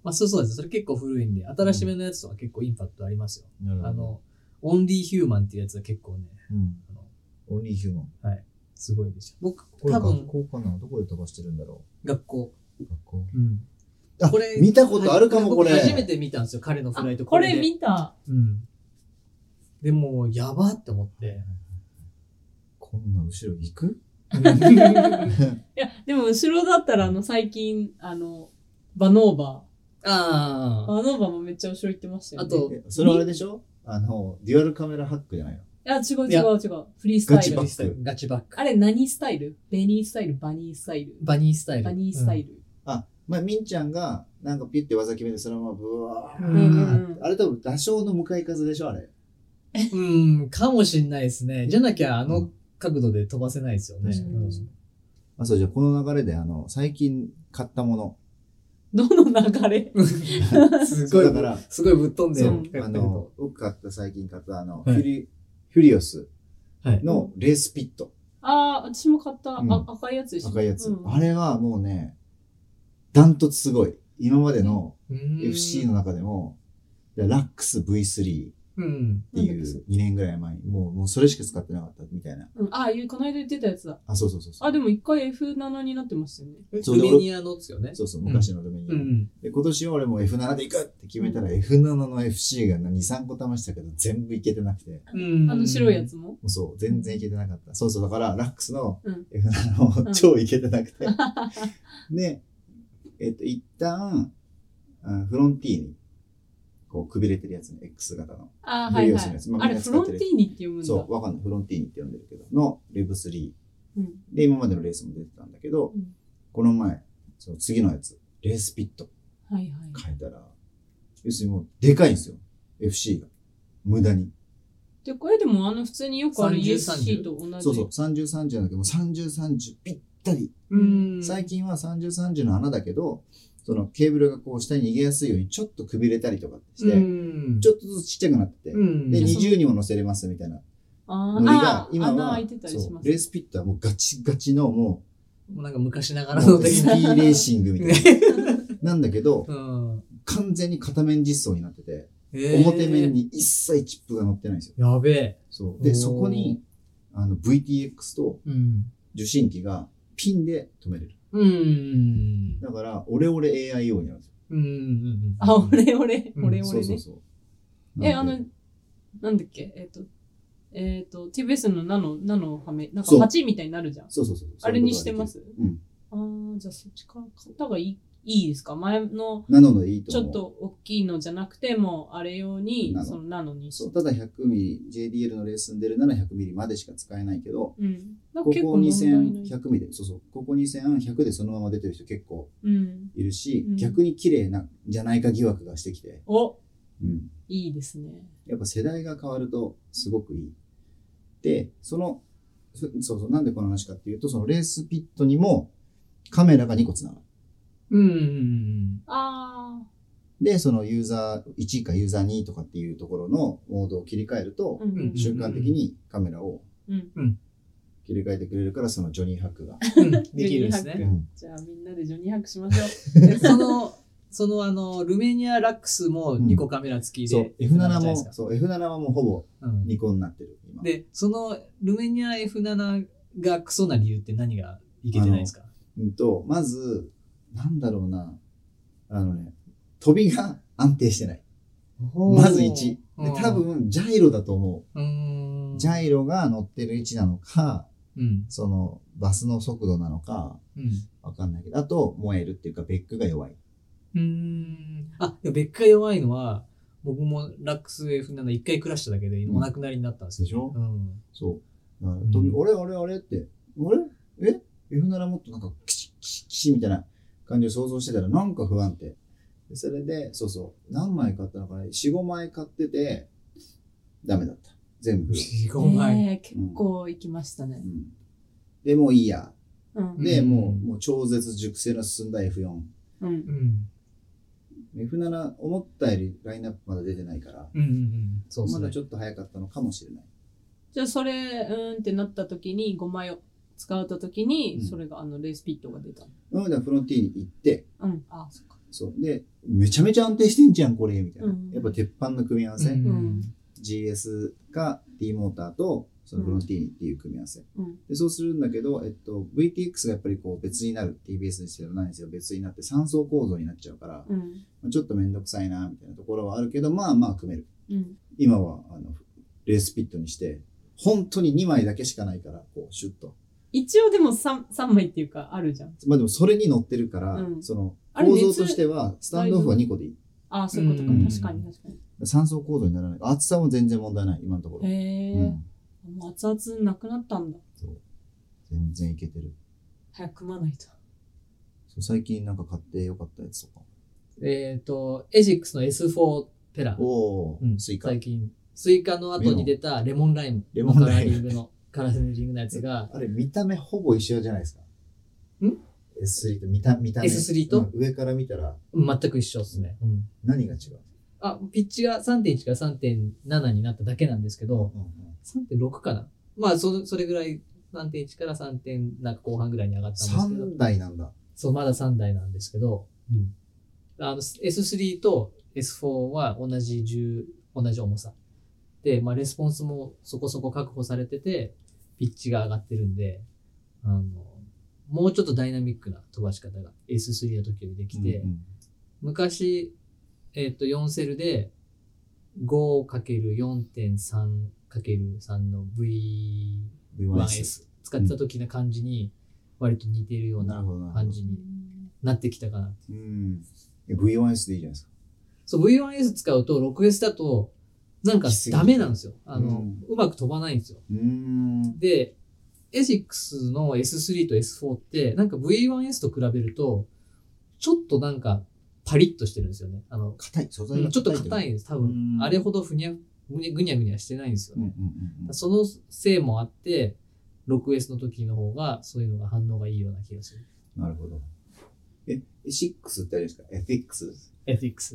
C: まあそうそうです。それ結構古いんで、新しめのやつとか結構インパクトありますよ。
B: なるほど
C: あの、オンリーヒューマンっていうやつは結構ね、
B: うん
C: あの
B: オンリーヒューマン
C: すごいですよ。僕、
B: これ
C: 多
B: 学
C: 分
B: 校かなどこで飛ばしてるんだろ
C: 学校。
B: う学校
C: うん。
B: あ見たことあるかもこれ
C: 僕初めて見たんですよ、彼のフライト
D: これ
C: で
D: 見た。
C: うん。でも、やばって思って。
B: こんな後ろ行く
D: いや、でも後ろだったらあの最近、あの、バノーバー。
C: ああ。
D: バノーバーもめっちゃ後ろ行ってましたよね。
C: あと
B: えそれはあれでしょあの、デュアルカメラハックじゃないの
D: いや、違う
C: いや
D: 違う違う。フリースタ
B: ガ
D: イ
B: チバ
D: ル
B: ッ。ク
C: ガチバック
D: あ。れ何スタイルベニースタイルバニースタイル
C: バニースタイル。
D: バニースタイ
C: ル。
D: ル。
B: あ、まあ、みんちゃんが、なんかピュッて技決めて、そのままブワー
C: う
D: うんん
B: って、あれ多分、打掌の向かい風でしょあれ。
C: うん、かもしんないですね。じゃなきゃあの角度で飛ばせないですよね。
B: 確か
D: に
C: うん
B: あ、そう、じゃあこの流れで、あの、最近買ったもの。
D: どの流れ
C: すごい、
B: だから
C: すごいぶっ飛んで
B: そ
C: る
B: う
C: や
B: あ
C: ったけど
B: の、僕買った、最近買った、あの、
C: はい
B: フリ、フュリオス
C: はい
B: のレースピット。
D: ああ、私も買った、
B: うん
D: あ赤いやつでしょ
B: 赤いやつ。
D: うん
B: あれはもうね、ダントツすごい。今までの
C: うーん
B: FC の。中でも、ラックス V3 っ
C: うん。
B: ていう2年ぐらい前に、もう、もうそれしか使ってなかったみたいな。
D: うん、ああ、いうこの間言ってたやつだ。
B: あ、そうそうそうそう。
D: あ、でも一回 F7 になってましたよね。
B: そう
C: ルメニアのっすよね。
B: そうそう、昔のルメニア。
C: うん。
B: で、今年は俺も F7 で行くって決めたら、F7 の FC が2、3個試したけど、全部行けてなくて、も
C: うん
D: あの白いやつも。
B: うそう、全然行けてなかった。そうそう、だから、ラックスの
D: うん
B: F7
D: う
B: も
D: ん
B: 超行けてなくて。で、えっと、一旦、あフロンティーに、こう、くびれてるやつね、X 型の。
D: ああ、はいは
B: ブレースのや
D: い
B: つ。まあ
D: あ
B: みん
D: れ、
B: な使
D: フ
B: ってる
D: ロンティーニって読むんだ。
B: そう、わかんない。フロンティーニって呼んでるけど、のレブ3。
D: うん
B: で、今までのレースも出てたんだけど、
D: うん
B: この前、その次のやつ、レースピット。
D: はいはい。
B: 変えたら、要するにもうでかいんですよ。FC が。無駄に。
D: で、これでもあの普通によくある
C: 30
D: USC と同じ。
B: そうそう。30、30なんだけど、もう30、30ぴったり。
C: うん。
B: 最近は30、30の穴だけど、そのケーブルがこう下に逃げやすいようにちょっとくびれたりとかして、
C: うん。
B: ち
C: ょっ
B: ょっとずつちっちゃくなってて、
C: うん。
B: で、
D: いやそう
B: 20にも乗せれますみたいな
D: あ
B: ノリが
D: あ、あー、
B: 今
D: 穴
B: は
D: 開いてたりし
B: そう
D: ます
B: レー。スピットはもうガチガチのも
C: もうなんか昔なが
B: う
C: ら
B: も
C: の
B: うス
C: 的
B: キ
C: な。
B: ーレーシングみたいな。なんだけど、
C: うん。
B: 完全に片面実装になってて、
C: へー
B: 表面。に一切チップが乗ってないんですよ。
C: やべえ。
B: そう。
C: お
B: で、
C: ー
B: そこに、あの、VTX と
C: うん。
B: 受信機がピンで止めれる。
C: うん。
B: だから、オレオレ AIO になるんですよ。
C: うんうんうん。
D: あ、俺俺、
C: うん
D: 俺
B: そ
D: 俺
B: うそう
D: ね。
B: そう。
D: え、あ
B: なんで
D: の、なんだっけ、えっと、えっと、TBS のナノ、ナノはめ、なんか
B: そう
D: 8みたいになるじゃん。
B: そうそうそう。
D: あれにしてます
B: そういうことができる。
D: ああ、じゃあそっちから買った方がいいいいですか前の
B: うん。なのでいいと
D: ち
B: 思
D: ょ
B: う。
D: っと大きいのじゃなくて、もうあれ用に
B: ナ、ノ
D: そのナノにし
B: そう、
D: て。
B: ただ 100mm、JDL のレースに出るなら 100mm までしか使えないけど、
D: うん。なんか
B: ここ
D: 結構問題ない
B: 2000、100mm で、そうそう、ここ2000、100でそのまま出てる人結構
D: うん。
B: いるし、
D: うん
B: 逆に綺麗なんじゃないか疑惑がしてきて、
D: お
B: うん。
D: いいですね。
B: やっぱ世代が変わるとすごくいい。で、その、そそうそう、なんでこの話かっていうと、そのレースピットにもカメラが2個つながる。
C: うんうんうん
D: あ
B: で、そのユーザー1かユーザー2とかっていうところのモードを切り替えると
D: ー、、うんうん
C: ん
B: 瞬間的にカメラを
D: うん
B: 切り替えてくれるから、そのジョニー・ハックが。
C: うん。うんできるんです
B: う
C: ね。
B: ん
D: じゃあみんなでジョニーハックしま しょう。
C: でその、そのあの、ルメニアラックスも2個カメラ付き
B: そ
C: で
B: う、。F7
C: じゃない
B: も
C: ですか、
B: そう、F7 はもうほぼ
C: うん
B: ニコンになってる、今。
C: で、そのルメニア F7 がクソな理由って何がいけてないですか
B: うんと、まず、なんだろうな、あのね、飛びが安定してない。まず1。で、多、分、ジャイロだと思
C: うー
B: う。
C: ん
B: ジャイロが乗ってる位置なのか、
C: うん。
B: その、バスの速度なのか、
C: うん。
B: わかんないけど、あと、燃えるっていうか、ベックが弱い。
C: うーん。あ、でも別が弱いのは、僕もラックス F7 一回クラッシュしただけで
B: うん
C: お亡くなりになったんですよ。
B: でしょ
C: うん。
B: そう。だから飛び
C: うん
B: あれあれあれって、あれえ ?F7 もっとなんか、キシッキシッキシッみたいな感じを想像してたら、なんか不安定。でそれで、そうそう、何枚買ったのかな ?4、5枚買ってて、ダメだった。全部。
C: 4、5枚。
D: えー結構行きましたね
B: う。んで、もういいや。
D: うん
C: ん
B: で、もう、もう超絶熟成の進んだ F4。
D: うん
C: うん。
B: F7、思ったよりラインナップまだ出てないから、
C: うんうんうん。そうです
B: ま
C: ね。
B: だちょっと早かったのかもしれない。
D: じゃあそれうーんってなった時に5枚を使った時に、
B: うん
D: それがあのレースピットが出た
B: なので、フロンティーに行って、
D: うんあそっか
B: そう。で、めちゃめちゃ安定してんじゃん、これ、みたいな。
D: うん
B: やっぱ鉄板の組み合わせ。
C: うん
D: うん。
B: GS か T モーターと、そのフロンティーニっていう組み合わせ。
D: うん
B: で、そうするんだけど、えっと、VTX がやっぱりこう別になる。TBS にしても何にせよ別になって3層構造になっちゃうから、
D: うん
B: まあちょっとめんどくさいな、みたいなところはあるけど、まあまあ組める。
D: うん
B: 今は、あの、レースピットにして、本当に2枚だけしかないから、こう、シュッと。
D: 一応でも 3, 三枚っていうかあるじゃん
B: まあでもそれに乗ってるから、
D: うん
B: その、
D: あれ
B: 構
D: 熱
B: 造としては、スタンドオフは2個でいい。
D: あそういうことか
B: うん
D: 確かに確か
B: 3層構造にならない。厚さも全然問題ない、今のところ。
D: にへえ、
B: うん。
D: もう熱々なくなったんだ
B: 全然いけてる。
D: 早く組まないと
B: そう最近なんか買ってよかったやつとか。
C: えっ、と、エジックスの S4 ペラ。
B: おお、
C: うん
B: スイカ。
C: 最近、スイカの後に出たレモンライム。
B: レモンライム
C: カラーリングの、カラーリングのやつが、
B: あれ、見た目ほぼ一緒じゃないですか。
C: ん
B: ?S3 と見た、見た目。
C: S3 と
B: うん上から見たら
C: 全く一緒ですね。うん
B: 何が違う、
C: あ、ピッチが3.1から3.7になっただけなんですけど、3.6かなまあ、そそれぐらい、3.1から3点なんか後半ぐらいに上がったんですけど、
B: ?3 台なんだ。
C: そう、まだ3台なんですけど、うん、あの S3 と S4 は同じ重、同じ重さ。で、まあ、レスポンスもそこそこ確保されてて、ピッチが上がってるんで、あの、もうちょっとダイナミックな飛ばし方が S3 の時よりできて、
B: うんうん
C: 昔、えっと4セルで 5×4.3×3 の V1S
B: V1S。
C: 使ってた時の感じに割と似てるよう
B: なる
C: な
B: ほどなるほど
C: 感じになってきたかな。
B: うん。え V1S でいいじゃないですか。
C: そう V1S 使うと 6S だとなんか
B: きつい
C: ダメなんですよ。あ
B: う
C: の
B: ん
C: うまく飛ばないんですよ。
B: うーん。
C: で、ASICS の S3 と S4 って、なんか V1S と比べると、ちょっとなんかパリッとしてるんですよね。あの、
B: 硬い、素材
C: う
B: が
C: んちょっと
B: て
C: 硬
B: こ
C: いです。多
B: うん
C: 分、あれほどふにゃ、ぐにゃぐにゃぐにゃしてないんですよ
B: うんうん
C: ね。
B: うんうん。
C: そのせいもあって、6S の時の方が、そういうのが反応がいいような気がする。
B: なるほど。え、6ってあれですか ?FX?
D: FX
C: FX。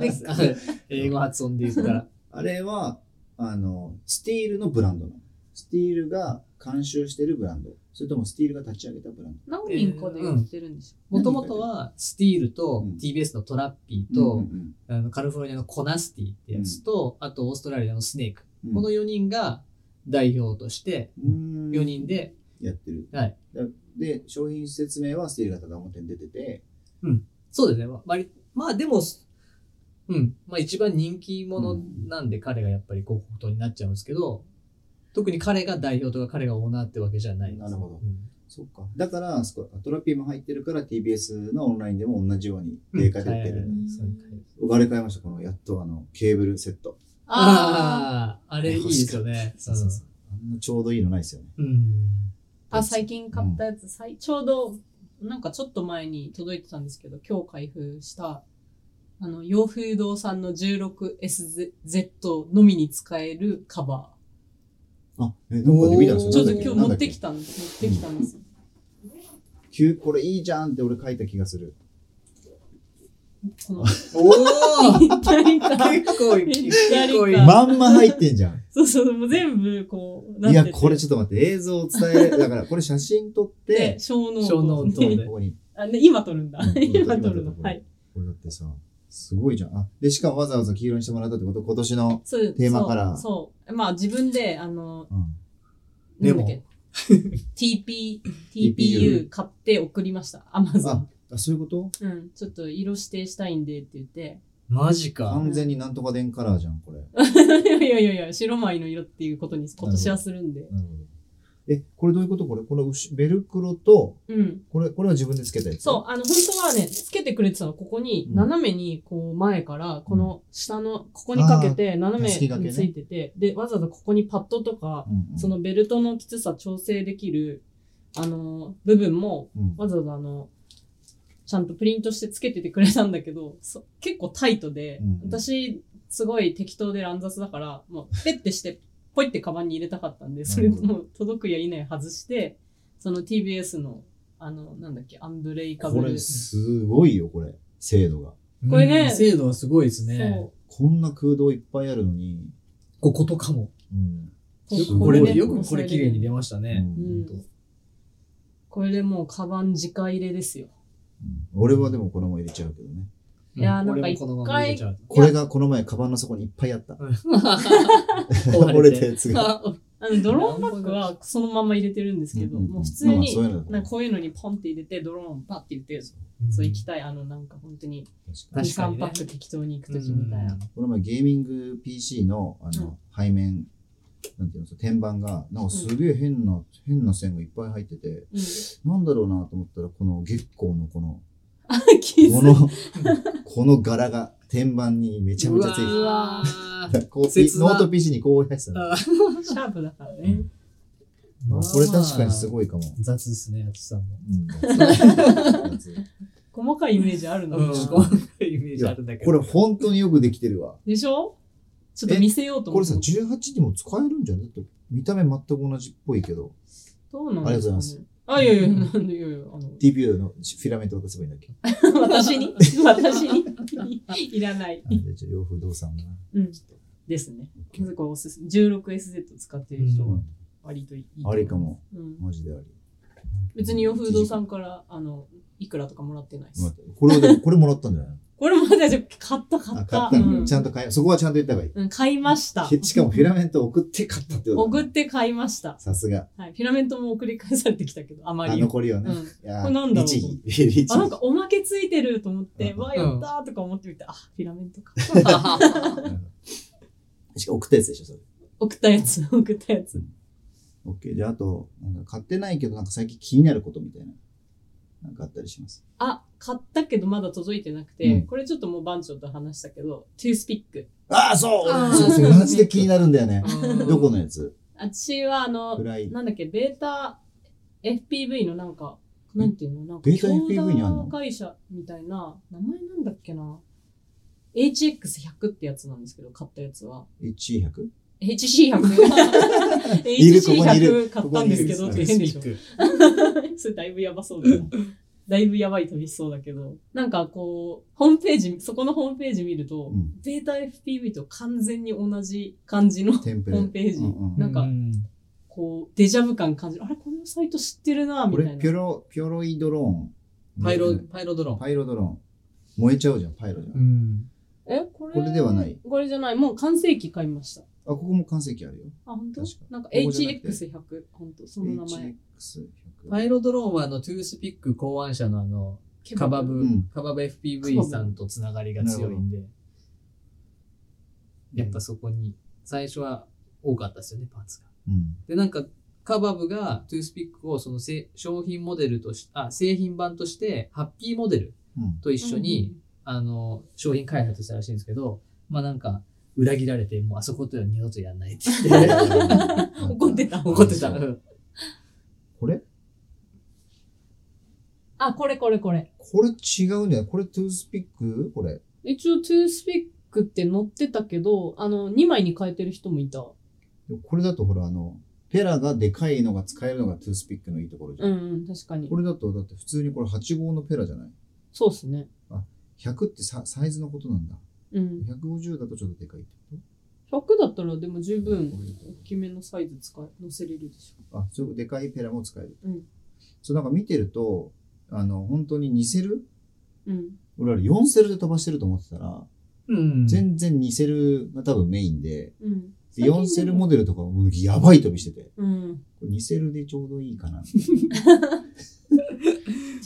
C: 英語発音で言ったら。
B: あれは、あの、スティールのブランドなの。スティールが監修してるブランド。それともスティールが立ち上げたブラン
D: 何人かでやってるんでしょ、
C: もともとは、スティールと
B: うん
C: TBS のトラッピー
B: ド。
C: と、
B: うんうん
C: あのカリフォルニアのコナスティってやつと、あとオーストラリアのスネーク。
B: うん
C: この4人が代表として、
B: うん
C: 4人で、
B: やってる。
C: はい
B: だ。で、商品説明はスティールがただ表に出てて、
C: そうですね。ま割まあでも、うん。まあ一番人気者なんで彼がやっぱり広告塔になっちゃうんですけど、特に彼が代表とか彼がオーナーってわけじゃないです。
B: なるほど
C: うん
B: そっか。だから、あそこトラピーも入ってるから TBS のオンラインでも同じように定価で売って
C: う
B: る。
C: んそういう感じ
B: 僕あれ買いました、このやっとあのケーブルセット。
D: あ
C: ああ、あれいいですよね。
B: そうそうそう。あんなちょうどいいのないですよね。
C: うん。うん
D: ああ最近買ったやつ、最ちょうどなんかちょっと前に届いてたんですけど今日開封したあの洋風堂さんの 16SZ のみに使えるカバー
B: あ、え、なんかで見たんですよ。
D: ちょっと
B: なんだ
D: 今日持っ
B: っけ
D: てきたんです。持ってきたんです。
B: 急これいいじゃんって俺書いた気がする。
D: この、
C: おお
D: 何 か、
C: 結構いい。結構いい。
D: うん
B: まんま入ってんじゃん。
D: そうそう、もう全部こう、
B: いや、これ
D: っ
B: ちょっと待って、映像を伝えれ、だからこれ写真撮っ
D: で、
B: て、
D: 小脳
C: 小脳
D: ね
C: とで
B: こ。こに、
D: あね、今撮るんだ
B: うん。
D: 今撮
B: 今撮
D: る
B: る
D: の。はい。
B: これだってさ、すごいじゃん。あ、で、しかもわざわざ黄色にしてもらったってこと、今年の、
D: そう
B: テーマカラー
D: そう。そうまあ自分で、あの、
B: うん、
D: なんだっ け TP、TPU 買って送りました。アマゾン
B: あ。あ、そういうこと
D: うん。ちょっと色指定したいんでって言って。
C: マジか。
B: 完全になんとか電カラーじゃん、これ。
D: いやいやいやいや、白米の色っていうことに今年はするんで。
B: なるほど。え、これどういうことこれ、この牛ベルクロと、
D: うん。
B: これ、これは自分でつけたやつ
D: そう、あの、本当はね、つけてくれてたの、ここに、
B: うん
D: 斜めに、こう、前から、この、下の、ここにかけて、斜め
B: たすき掛け
D: につ
B: ね
D: いてて、で、わざわざここにパッドとか、
B: うんうん。
D: そのベルトのきつさ調整できる、あの、部分も、
B: うん、
D: わざわざあの、ちゃんとプリントしてつけててくれたんだけど、そ結構タイトで、
B: うん
D: 私、すごい適当で乱雑だから、もう、ペッてして、ポイってカバンに入れたかったんで、それ
B: なるほど
D: もう届くや否や外して、その TBS の、あの、なんだっけ、アンブレイカブ
B: こ
D: ル。
B: れ、すごいよ、これ、精度が。
C: こ
D: これね
C: 精度はすごいですね。
D: そ
B: こんな空洞いっぱいあるのに、
C: こことかも。
B: うん。
D: う。
C: よ
B: す
C: く
B: ご
C: こ
B: い
C: れ
D: ね
C: よくこれ綺麗に出
D: こ
C: ました
B: う
C: ね。
D: う
B: ん
D: んこれでもう、カバン直入れですよ。
B: 俺はでもこのまま入れちゃうけどね。
D: いやー
C: う
D: なんか
C: 俺もこのまま入れちゃう
B: これがこの前、カバンの底にいっぱいあった。
C: 壊
B: 折
C: れ
B: れた
C: て。
B: やつが。
D: あの、ドローンバッグはそのまま入れてるんですけど、
B: うんうんうん
D: もう普通に、
B: まあまあそういうのだ
D: なんかこういうのにポンって入れて、ドローンバッて入れて、そう行きたい、あの、なんか本当に、
B: 確か
C: 確
B: に
C: かに
D: 2、3
C: ね
D: パック適当に行く
C: う
D: ときみたいな。
C: ん
B: この前、ゲーミング PC のあの、背面、なんていうの、その天板が、なんかすげえ変な、変な線がいっぱい入ってて、
D: うん。
B: なんだろうなと思ったら、この月光のこの、
D: 気
B: この、この柄が天板にめちゃめちゃつ
C: う
B: い
C: わー
B: てた。こうピ
C: 切な
B: ノート PC にこうやってたの。
C: あ
D: シャープだからね。
C: まあ
B: これ確かにすごいかも。
C: 雑ですね、あつさんも。
B: うん
D: 細かいイメージあるの、
C: うん、こういうイメー
B: い
C: ジあ
B: や
C: るんだけど。
B: これ本当によくできてるわ。
D: でしょちょっと見せようと
B: こ
D: 思
B: れ
D: っ
B: さ、
D: て。
B: 18にも使えるんじゃないだって見た目全く同じっぽいけど。
D: どうなん
B: あり
D: で
B: がと
D: す
B: う
D: か
B: ご
D: ね
B: ざ。
D: あ、いやいや、なんでいやいや、あ
B: TPU のフィラメント渡せばいいんだっけ
D: の、私に、私に、いらない。
B: あじゃあ、じゃあ洋風動産だな。
D: うん
B: ちょっ
D: ですね。
B: と
D: これおすすめ。16SZ 使ってる人
B: う
D: は
B: ん
D: 割といい。
B: ありか。も。
D: うん。
B: マジであり。
D: 別に洋風堂さんから、あの、いくらとかもらってないで
B: 待
D: す。
B: って。これをでも、これもらったんじゃない
D: これも私、買った、買
B: あ、
D: っ
B: 買
D: た。
B: った
D: う
B: の。
D: ん
B: ちゃんと買え、そこはちゃんと言った方がいい。
D: うん、買いました。
B: けしかもフィラメント送って買ったってこと
D: 送っ
B: だ
D: て買いました。
B: さすが。
D: はい。フィラメントも送り返されてきたけど、あま
B: あ、
D: り。
B: 残りを
D: う
B: ね。
D: ん。
B: いやー
D: これなんだろう
B: 律儀。律儀。
D: あ、なんかおまけついてると思って、
B: うん
D: わあ、やったーとか思ってみて、あ、フィラメントか。
B: うんしかも送ったやつでしょ、それ。
D: 送ったやつ、 送ったやつ。
B: オッケー。じゃあ、あと、なんだ買ってないけど、なんか最近気になることみたいな。なんかあったりします。
D: あ、買ったけどまだ届いてなくて、
B: うん
D: これちょっともう番長と話したけど、トゥースピック。
B: ああ、そう
C: あー
B: そうそうマジで気になるんだよね。
C: うん
B: どこのやつ
D: 私はあの
B: フ、ライ。
D: なんだっけ、ベータ FPV のなんか、
B: え
D: なんていうのなんか、
B: ベータ FPV にあんの
D: 共同会社みたいな、名前なんだっけな。HX100 ってやつなんですけど、買ったやつは。
B: 100?
D: HC100。
B: いるここにい
D: HC100
B: る
D: 買ったんですけどって変でしょ。 それだいぶやばそうだな。だいぶやばい飛びしそうだけど。なんかこう、ホームページ、そこのホームページ見ると、
B: うん
D: ベータ FPV と完全に同じ感じの、
B: テンプ
D: ホーム
B: レ。
D: ページ
B: うんうん
D: なんか
C: う
D: こう、デジャブ感感じる。あれ、このサイト知ってるな、み
B: こ
D: たい
B: れ
D: な。、
B: ピョロ、ピョロイドローン。
C: パイロ、パイロドロ
B: パイロドローン。燃えちゃうじゃん、パイロじゃん。
C: ーン。うん。
D: え、これ
B: これではない。
D: これじゃない。もう完成機買いました。
B: あ、ここも完成機あるよ。
D: あ、本当
B: 確か
D: なんか
B: ここじゃなくて
D: HX100。本当その名前。
B: HX100。
C: パイロドローンはあの、トゥースピック考案者のあの、カバブ、
B: うん
C: カバブ FPV さんとつながりが強いんで、やっぱそこに、最初は多かったですよね、パーツが。
B: うん。
C: で、なんか、カバブがトゥースピックをその製商品モデルとし、あ、製品版として、ハッピーモデル
B: うん。
C: と一緒に、あの、商品開発したらしいんですけど、まあなんか、裏切られて、もうあそことは二度とやんないって言って、
D: 怒ってた
C: 怒ってた。
B: う
C: うんん
B: これ
D: あ、これこれこれ。
B: これ違うんじゃないこれトゥースピックこれ。
D: 一応、トゥースピックって載ってたけど、あの、2枚に変えてる人もいた。
B: でもこれだとほら、あの、ペラがでかいのが使えるのがトゥースピックのいいところじゃ。
D: うんん、うん、確かに
B: こ。れだと、だって普通にこれ8号のペラじゃない
D: そうっすね。
B: 100ってササイズのことなんだ。
D: うん。
B: 150だとちょっとでかいってこ
D: 100だったらでも十
B: と
D: 分大きめのサイズ使え、乗せれるでしょ。
B: あ、そう、でかいペラも使える。
D: うん
B: そう、なんか見てると、あの、本当に2セル
D: うん。
B: 俺あれ4セルで飛ばしてると思ってたら、
C: うん。
B: 全然2セルが多分メインで、
D: うん。
B: で4セルモデルとかもやばい飛びしてて、
D: うん。
B: これ2セルでちょうどいいかな。
D: チ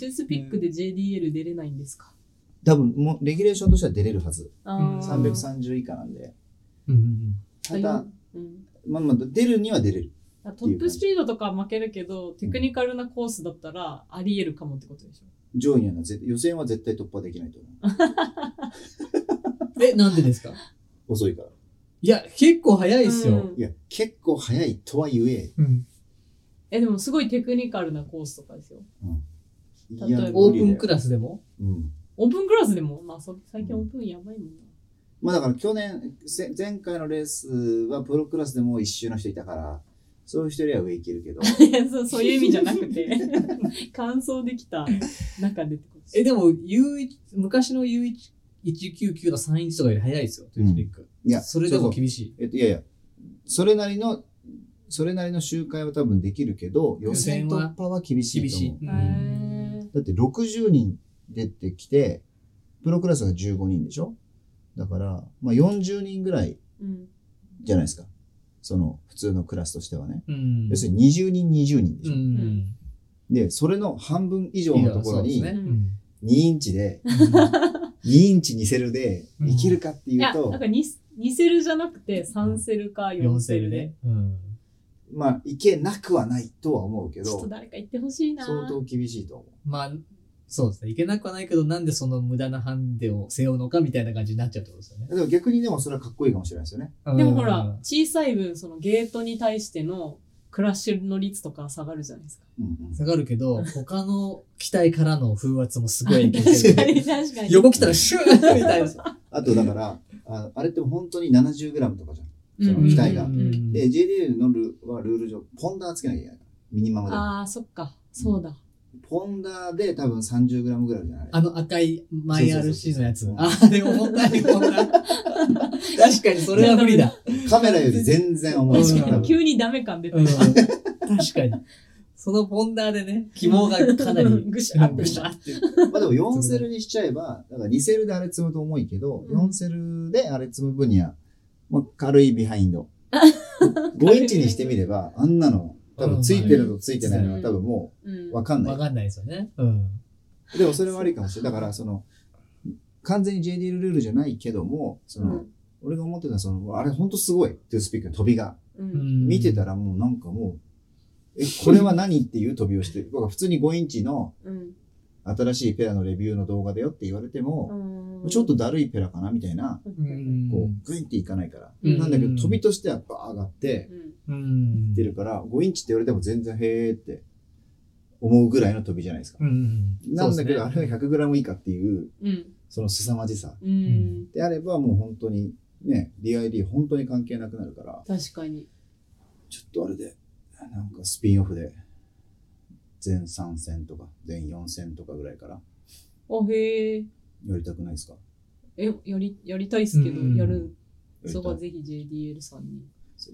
D: ュースピックで JDL 出れないんですか、
B: 多分もうレギュレーションとしては出れるはず。
D: ああー。
B: 330以下なんで。
C: うんうん
B: ただ、
D: うん。
B: まあまあ、出るには出れる。
D: あトップスピードとかは負けるけど、テクニカルなコースだったらあり得るかもってことでしょ。
B: 上位にはぜ予選は絶対突破できないと思
C: うん。え、なんでですか
B: う。遅いから。
C: いや、結構早いです
D: う
C: よ。
D: ん
B: いや、結構早いとは言え、
C: うん。
D: え、でもすごいテクニカルなコースとかですよ。
B: い
D: 例えば
B: や
C: オープンク
B: らい。
C: ラスでも
B: うん。
D: オープンクラスでも、まあ、そ最近オープンやばいもんな。
B: まあだから去年、せ前回のレースはプロクラスでもう一周の人いたから、そういう人よりは上行ける けど。
D: いや そうそういう意味じゃなく て、感想できた中でってことです
C: え、でも、U1、昔の U199 の31とかより早いですよ、トゥースピック。
B: いや、
C: それで
B: そ
C: も
B: うそう
C: 厳しい。
B: えっと、いやいや、それなりの、それなりの周回は多分できるけど、予選
C: 予選は
B: 突破は厳し
C: 厳
B: いと
C: しい。
B: 思う。
C: う
D: へ
C: ん
D: ー
B: だって60人出てきて、プロクラスが15人でしょだから、まあ40人ぐらい
D: うん
B: じゃないですか。その普通のクラスとしてはね。
C: うん。
B: 要するに20人20人でし
C: う
B: ょ。
C: ん。
B: で、それの半分以上のところ
C: い
B: に
C: やそうですね
D: うん
B: 2インチで、2インチ2セルでいけるかって
D: い
B: いう
D: や、
B: と、
D: なんか 2, 2セルじゃなくて3セル か4
C: 4
D: セ
C: セ
D: ル
C: ル
D: で。
C: ね。うん。
B: まあ、いけなくはないとは思うけ
D: ちょっと
B: ど、
D: 誰か行ってほしいな。
B: 相当厳しいと思う。
C: まあ、そうですね。いけなくはないけど、なんでその無駄なハンデを背負うのかみたいな感じになっちゃうってことですよね。
B: でも逆にでもそれはかっこいいかもしれないですよね。
D: でもほ
C: うん
D: ら、小さい分、そのゲートに対してのクラッシュの率とか下がるじゃないですか。
B: うん
C: 下がるけど、他の機体からの風圧もすごい影響し て
D: 確
C: る
D: かに、確かに。
C: 横来たらシューみたいな。
B: あとだから、ああれって本当に 70g とかじゃん。
D: うん
B: その機体が
C: うん
B: で、JDL のルはルール上、ポンダーつけなきゃいけないから。ミニマムで。
D: ああ、そっか。そうだ。
B: ポンダーで多分 30g ぐらいじゃない
C: あの赤いマイ RC のや
B: そ
C: つ
B: う。そう
C: ああ、でも重たい、こんな。確か にそれは無理だ。
B: カメラより全然重い。
C: 確か
B: 多
C: に
B: 分
D: 急にダメ感出た。
C: うん。確か に。そのポンダーでね、肝がかなり
D: ぐしゃって
C: ぐしゃって。
B: まあでも4セルにしちゃえば、だから2セルであれ積むと重いけど、
D: うん
B: 4セルであれ積む分には、まあ、軽いビハインド。5インチにしてみれば、あんなの、多分ついてるのついてないのは多分も
D: うん
B: うわかんな
C: わ
B: い。
C: かんないですよね。うん。
B: でもそれは悪いかもしれない。だからその、完全に JDL ルールじゃないけども、その、
D: うん
B: 俺が思ってたその、あれほんとすごい、トゥースピックの飛びが。
D: うん
B: 見てたらもうなんかもう、え、これは何っていう飛びをしてる。僕は普通に5インチの
D: うん
B: 新しいペラのレビューの動画だよって言われても、
D: うん
B: ちょっとだるいペラかなみたいな、
D: う
C: うんん。
B: こう、グインっていかないから。
D: うん
B: なんだけど、飛びとしてはバー上がって、
C: うん。
B: 出るから、5インチって言われても全然へーって思うぐらいの飛びじゃないですか。
C: うん。
B: なんだけど、
C: そう
B: あ
C: で
B: れは 100g 以下っていう、
D: うん
B: その凄まじさ
D: うん
B: であれば、もう本当に、ね、DID 本当に関係なくなるから、
D: 確かに
B: ちょっとあれで、なんかスピンオフで、全3戦とか、全4戦とかぐらいから、
D: おへえ
B: やりたくないですか
D: えやりやりたいっすけど
C: うん
D: やる
B: やりた
D: そ
B: い
D: こはぜひ JDL さんに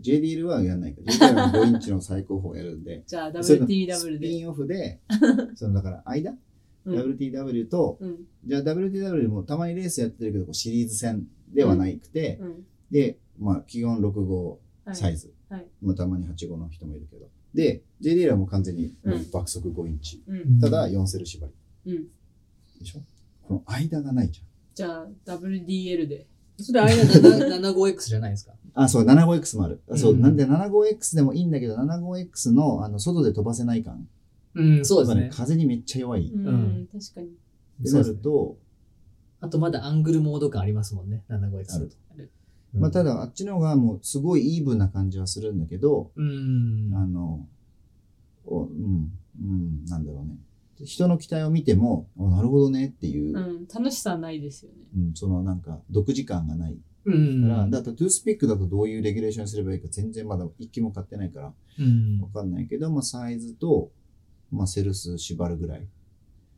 B: JDL はやんないから、JDL は5インチの最高峰をやるんで、
D: じゃあ
B: それのス
D: WTW
B: ピ
D: で
B: ンオ フで、そのだから間、
D: うん
B: WTW と、
D: うん
B: じゃあ WTW もたまにレースやってるけど、こうシリーズ戦ではないくて、
D: うん
B: で、まあ、基本6号
D: はい
B: サイズ、
D: はい
B: まあ、たまに8号の人もいるけど、で、JDL はもう完全に
D: うん
B: 爆速5インチ、
D: うん
B: ただ4セル縛り
D: うん
B: でしょこの間がないじ
D: じゃあ WDL で
C: それあれだ、な 75X じゃないですか。
B: ゃん。あ、そう、75X もある。あそう、
C: うん
B: なんで 75X でもいいんだけど、75X のあの外で飛ばせない感。
C: うん、そうです
B: やっ
C: ね
B: ぱ。風にめっちゃ弱い。
D: う
B: っ
D: ん確かに
B: て
C: そ
B: な
C: うです
B: る
C: ね
B: と、
C: あとまだアングルモード感ありますもんね、75X
B: ある
C: と。
B: まあ、た、だあっちの方がもうすごいイーブンな感じはするんだけど、
C: うん。
B: あの、おうん、うん、なんだろうね。人の期待を見ても、あなるほどねっていう、
D: う
B: うん
D: ん楽しさないですよね
B: そのなんか、独自感がない
C: うん。
B: から、だってトゥースピックだとどういうレギュレーションすればいいか全然まだ一機も買ってないから
C: うん
B: わかんないけど、まあサイズと、まあセルス縛るぐらい。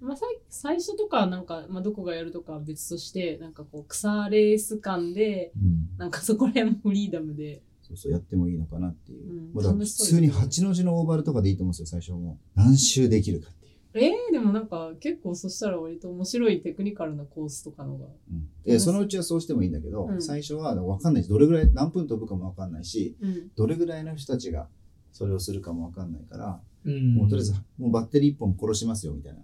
D: うまあ、さ最初とかなんか、まあ、どこがやるとかは別としてなんかこう草レース感で
B: うん
D: なんかそこら辺もフリーダムで
B: そうそうやってもいいのかなっていう、
D: うん
B: もうだから
D: 楽
B: 普
D: しそう
B: 通
D: で
B: に
D: すね
B: 八の字のオーバルとかでいいと思うんですよ最初もう何周できるかっていう、
D: えー、でもなんか結構そしたら割と面白いテクニカルなコースとかのが
B: うんでそのうちはそうしてもいいんだけど、
D: うん
B: 最初は分かんないしどれぐらい何分飛ぶかも分かんないし
D: うん
B: どれぐらいの人たちがそれをするかも分かんないから、
C: うん
B: もうとりあえずもうバッテリー1本殺しますよみたいな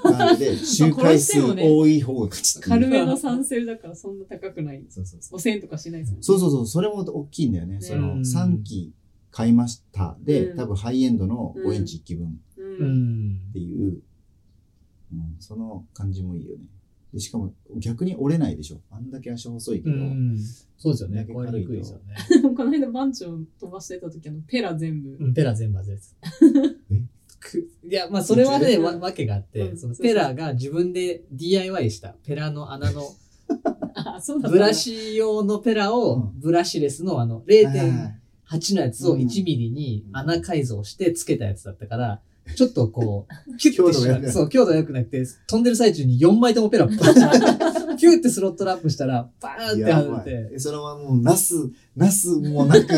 B: 感じで周回数
D: まあ殺してもね
B: 多い方が勝ちっていう
D: 軽めの賛成だからそんな高くない
B: そうそうそう
D: 5000とかしないですもんね
B: そうそうそう、それも大きいんだよね。
D: ね
B: そうの
C: ん
B: 3機買いましたで、
D: うん
B: 多分ハイエンドの5インチ1機分っ
D: う
C: うんん。
B: ていう、うんその感じもいいよね。でしかも逆に折れないでしょ。あんだけ足細いけ
C: う
B: ど、
C: ん。そうですよね。
B: こんだ
C: 壊
B: け軽
C: れ
B: い
C: に
B: と
C: くいですよ ね。
D: この間番長飛ばしてた時あのペラ全部、
C: うん、ペラ全部外れてた
B: え
C: くいや、まあ、それは
B: う
C: ね、
D: ん
C: わわけがあって、
D: うん
C: そのペラが自分で DIY したペラの穴の、
D: あそうだった
C: ブラシ用のペラ
B: う
C: を
B: ん
C: ブラシレスのあの
B: はいはいは
C: 0.8
B: い
C: のやつを
B: うん
C: 1ミリに穴改造してつけたやつだったから、ちょっとこ う、キュッ
B: 強
C: て
B: 度
C: し
B: が良
C: ま。
B: くないう
C: そう、強度が良くなくて、飛んでる最中に4枚ともペラ、パーンキュッて スロットルアップしたら、バーンって
B: や
C: 外
B: ば
C: れて
B: い。。えそれはもう、なす、なすもな く、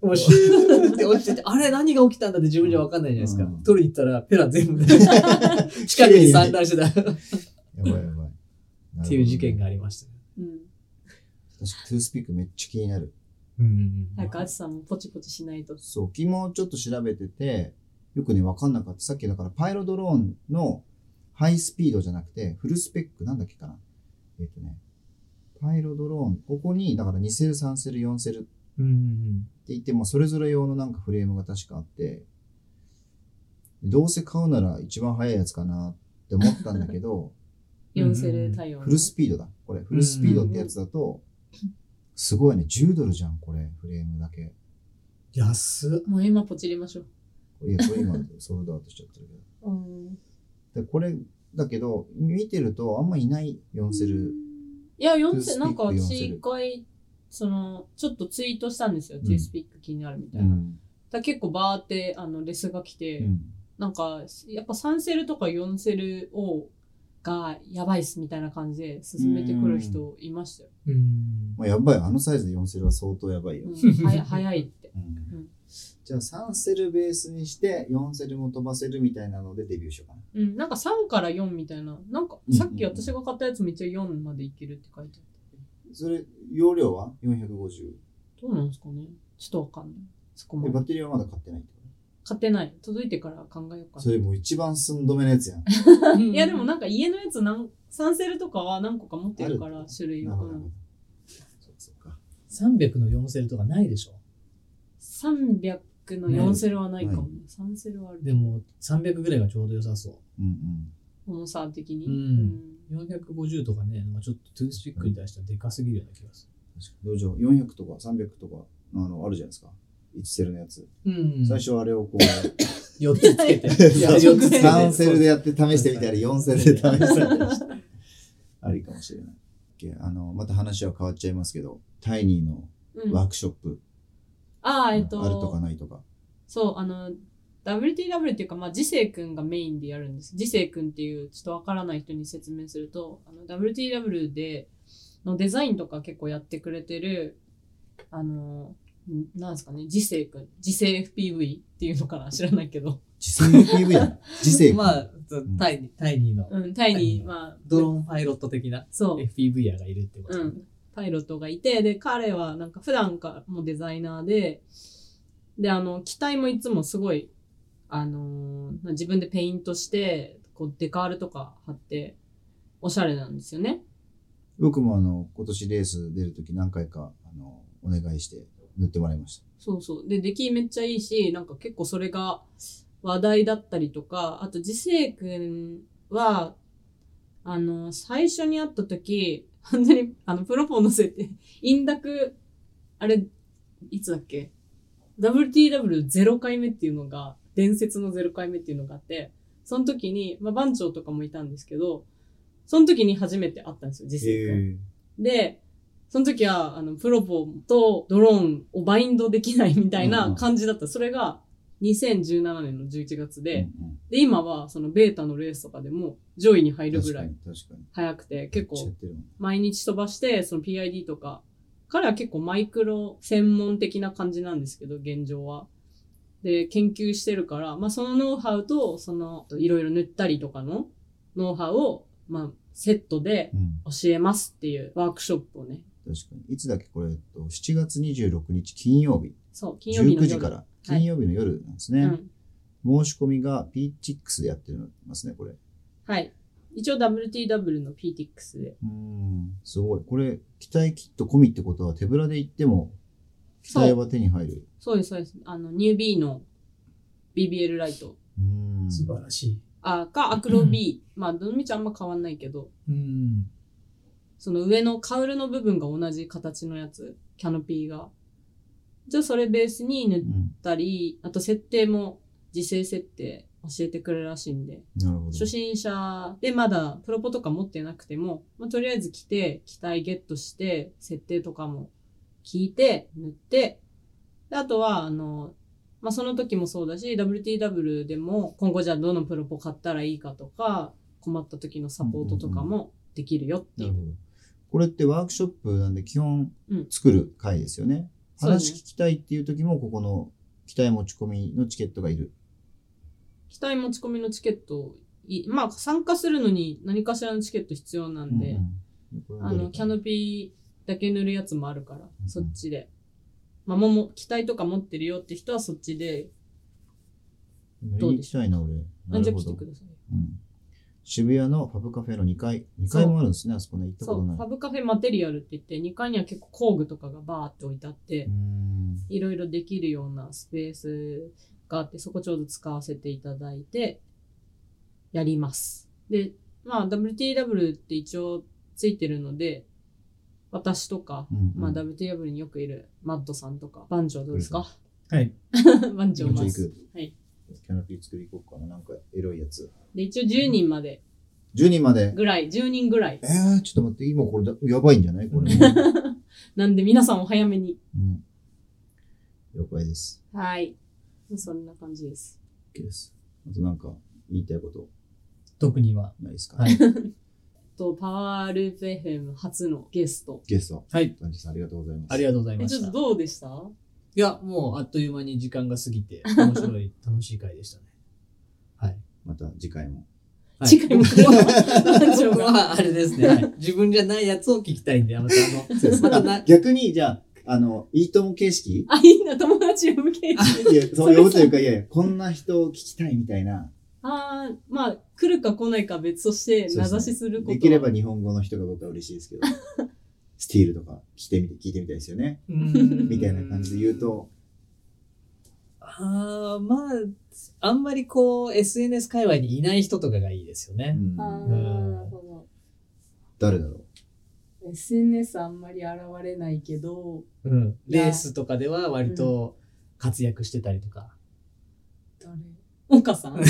C: もうシューって落ちてて、あれ何が起きたんだって自分じゃ分かんないじゃないですか。
B: うん
C: 取りに行ったらペラ全 部近くに散乱 してたっ
B: やばいやばい。なるほどね
C: ていう事件がありましたね。
D: うん、
B: 確かトゥースピークめっちゃ気になる。
C: うん
D: 早くアジさんもポチポチしないと
B: そう、昨日ちょっと調べてて、よくね、わかんなかった。さっきだから、パイロドローンのハイスピードじゃなくて、フルスペックなんだっけかな。えっ、とね、パイロドローン、ここに、だから2セル、3セル、4セルって
C: うん
B: 言って、まあ、それぞれ用のなんかフレームが確かあって、どうせ買うなら一番速いやつかなって思ったんだけど、
D: 4セル対応
B: フルスピードだ。これ、フルスピードってやつだと、すごいね、10ドルじゃん、これ、フレームだけ。
C: 安っ。
D: もう今ポチりましょう
B: いや、これ今、ソールドアウトしちゃってるけど。
D: うん
B: でこれだけど見てるとあんまいない4セル、
D: いや、
B: トゥ
D: 4
B: ースピッ
D: セ
B: ク
D: なんか
B: 4セ
D: 私
B: ル
D: 一回、その、ちょっとツイートしたんですよ。
B: ん
D: トゥースピック気になるみたいな。だから結構バーって、あの、レスが来て、
B: うん
D: なんか、やっぱ3セルとか4セルを、が、やばいっすみたいな感じで進めてくる人いましたよ。
C: うん
B: まあ、やばいよあのサイズで4セルは相当やばいよ、
D: うん、はや早いって。
B: うんじゃあ3セルベースにして4セルも飛ばせるみたいなのでデビューしようかな
D: うん、なんか3から4みたいな。なんか
B: うん、
D: さっき私が買ったやつめっちゃ4までいけるって書いてあっ
B: それ容量は450
D: た。どうなんですかねちょっとわかんない。そこ
B: え
D: ま
B: バッ
D: で。
B: テリーはまだ買ってないってこ
D: 買ってない。届いてから考えよう
B: と
D: かな
B: そ。れもう一番寸止めのやつやん
D: いやでも
C: な、
D: なんか家のやつなん3セルとかは何個か持ってるか
B: あ
D: ら
B: る
D: 種類
B: な
D: を、
B: るほど
D: う
B: なるほ
D: ん
B: どそうかそうか
C: 300の4セルとかないでしょ。
D: 300の4セルはないかも、ね、3セルはある
C: でも300ぐらいがちょうど良さそ
B: うんうん
D: 重さ的に、
C: うん
D: うん
C: う。450とかね、なんかちょっとトゥースピックに対してはでかすぎるような気がす
B: 確かに道場400とか300とかあのあるじゃないですか1セルのやつ、
C: る。うん
B: 最初あれを こう
C: 4つつけて。 いや四つつけて
B: 3セルでやって試してみたり4セルで試してみたり ありかもしれない。であのまた話は変わっちゃいますけど、タイニーの
D: うん
B: ワ
D: あ
B: ークショップ、
D: あーえっ
B: あるとか
D: と
B: ないとか。
D: そうあの WTW っていうか、まあ、時世くんがメインでやるんです。時世くんっていう、ちょっとわからない人に説明すると、あの、WTW で、のデザインとか結構やってくれてる、あの、んなんですかね、時世くん。時世 FPV っていうのかな知らないけど。
B: 時勢の PV やん。 時勢。
C: まあ、タイニー、タイニーの
D: うん、タイに、
C: うん
D: まあ、
C: ドローンパイロット的な
D: そう
C: FPVR がいるってこと。
D: うん、パイロットがいてで彼はなんか普段からもデザイナーでであの機体もいつもすごい、あのー自分でペイントしてこうデカールとか貼っておしゃれなんですよね。
B: 僕もあの今年レース出るとき何回かあのお願いして塗ってもらいました。
D: そうそうで出来めっちゃいいしなんか結構それが話題だったりとかあと次世君はあの最初に会った時本当にあのプロポーの設定インダクあれいつだっけ WTW0 回目っていうのが伝説の0回目っていうのがあってその時に、まあ、番長とかもいたんですけどその時に初めて会ったんですよ次世君。で、その時は、あの、プロポとドローンをバインドできないみたい
B: うんう
D: なん感じだった。それが、 2017年の11月で、
B: うんうん
D: で、今はそのベータのレースとかでも上位に入るぐらい
B: 確かに確かに。
D: 早くて、結
B: めっちゃや
D: 構
B: ってるもん
D: 毎日飛ばして、その PID とか、彼は結構マイクロ専門的な感じなんですけど、現状は。で、研究してるから、まあそのノウハウと、その、いろいろ塗ったりとかのノウハウを、まあセットで
B: うん
D: 教えますっていうワークショップをね、
B: 確かに。いつだっけこれ、えっと7月26日金曜日、
D: そう、金曜日の
B: 19
D: 夜
B: 時から、金曜日の夜なんですね。
D: うん。
B: 申し込みが PTX でやってますね、これ。
D: はい。一応 WTW の PTX で。
B: うん、すごい。これ、期待キット込みってことは手ぶらで行っても、期待は手に入る。
D: そうです、そうです。あの、ニュービーの BBL ライト。
B: うん。
C: 素晴らしい。
D: あ、か、アクロ B。まあ、どのみちあんま変わんないけど、
C: うん。
D: その上のカウルの部分が同じ形のやつ、キャノピーが。じゃあ、それベースに塗っ
B: うん
D: たり、あと設定も自制設定教えてくれるらしいんで、
B: なるほど。
D: 初心者でまだプロポとか持ってなくても、まあ、とりあえず来て、機体ゲットして、設定とかも聞いて、塗って、であとは、あの、まあ、その時もそうだし、WTW でも今後じゃあどのプロポ買ったらいいかとか、困った時のサポートとかもできるよって
B: ないる
D: う。
B: ほど。これってワークショップなんで基本
D: うん
B: 作る会ですよね。
D: そうです
B: 話
D: ね
B: 聞きたいっていう時も、ここの期待持ち込みのチケットがいる。
D: 機体持ち込みのチケット、いまあ、参加するのに何かしらのチケット必要なんで、
B: うんうん
D: あの、キャ
B: これどれか
D: ノピーだけ塗るやつもあるから、
B: うん
D: そっちで。まあ、もも、機体とか持ってるよって人はそっちで、
B: 塗りに行きたいな、俺。な
D: あじゃ
B: る
D: あ
B: ほ
D: 来て
B: ど
D: く。ださい。
B: うん渋谷のファブカフェの2階、2階もあるんですね、あそこね。行ったこ
D: そ
B: と
D: う、フ
B: な
D: ァ
B: い。
D: ブカフェマテリアルって言って、2階には結構工具とかがバーって置いてあって
B: う、ん
D: いろいろできるようなスペースがあって、そこちょうど使わせていただいて、やります。で、まあ、WTW って一応ついてるので、私とか、
B: うん
D: まあ、WTW によくいるマッドさんとか、番長どうですか
C: はい。
D: 番長
B: もうち
D: ま
B: ょい行
D: す。
B: く。
D: はい
B: キャノピー作り行こうかな。なんか、エロいやつ。
D: で、一応10人まで
B: 10人まで。
D: ぐらい、10人ぐらい
B: え。ー、ちょっと待って、今これだ、やばいんじゃないこれ。
D: なんで皆さんお早めに。
B: うん。了解です。
D: はい。そんな感じです。
B: OK です。あとなんか、言いたいこと
C: 特には。
B: ないですか、
C: はい。
D: と、パワーループ FM 初のゲスト。
B: ゲスト、
C: はい。
B: ダンジさんありがとうございます。
C: ありがとうござい
D: え、
C: ま
D: ちょ
C: し
D: ったと。どうでした
C: いや、もうあっという間に時間が過ぎ て、面白い、楽しい回でしたね。はい。
B: また次回も。
C: はい
D: 次 回も来るの番長
C: 僕
D: が
C: はあれですね、はい自分じゃないやつを聞きたいんで、あの、あのまたな、
B: 逆に、じゃあ、あの、いいとも形式
D: あ、いいな、友達呼ぶ系。
B: いや、そう呼ぶというか、いやいや、こんな人を聞きたいみたいな。
D: あー、まあ、来るか来ないか別として、名指しすることは。
B: できれば日本語の人が僕は嬉しいです けど、スティールとか聞いてみて、聞いてみたいですよね。み
C: み
B: たいな感じで言う。と、
C: ああ、まあ、あんまりこう、SNS 界隈にいない人とかがいいですよ
B: う
C: ね。
B: ん
D: あー、なるほ
B: 誰だろ
D: ど。SNS あんまり現れないけど、
C: うん。レースとかでは割と活躍してたりとか。
D: 誰岡さんう
B: う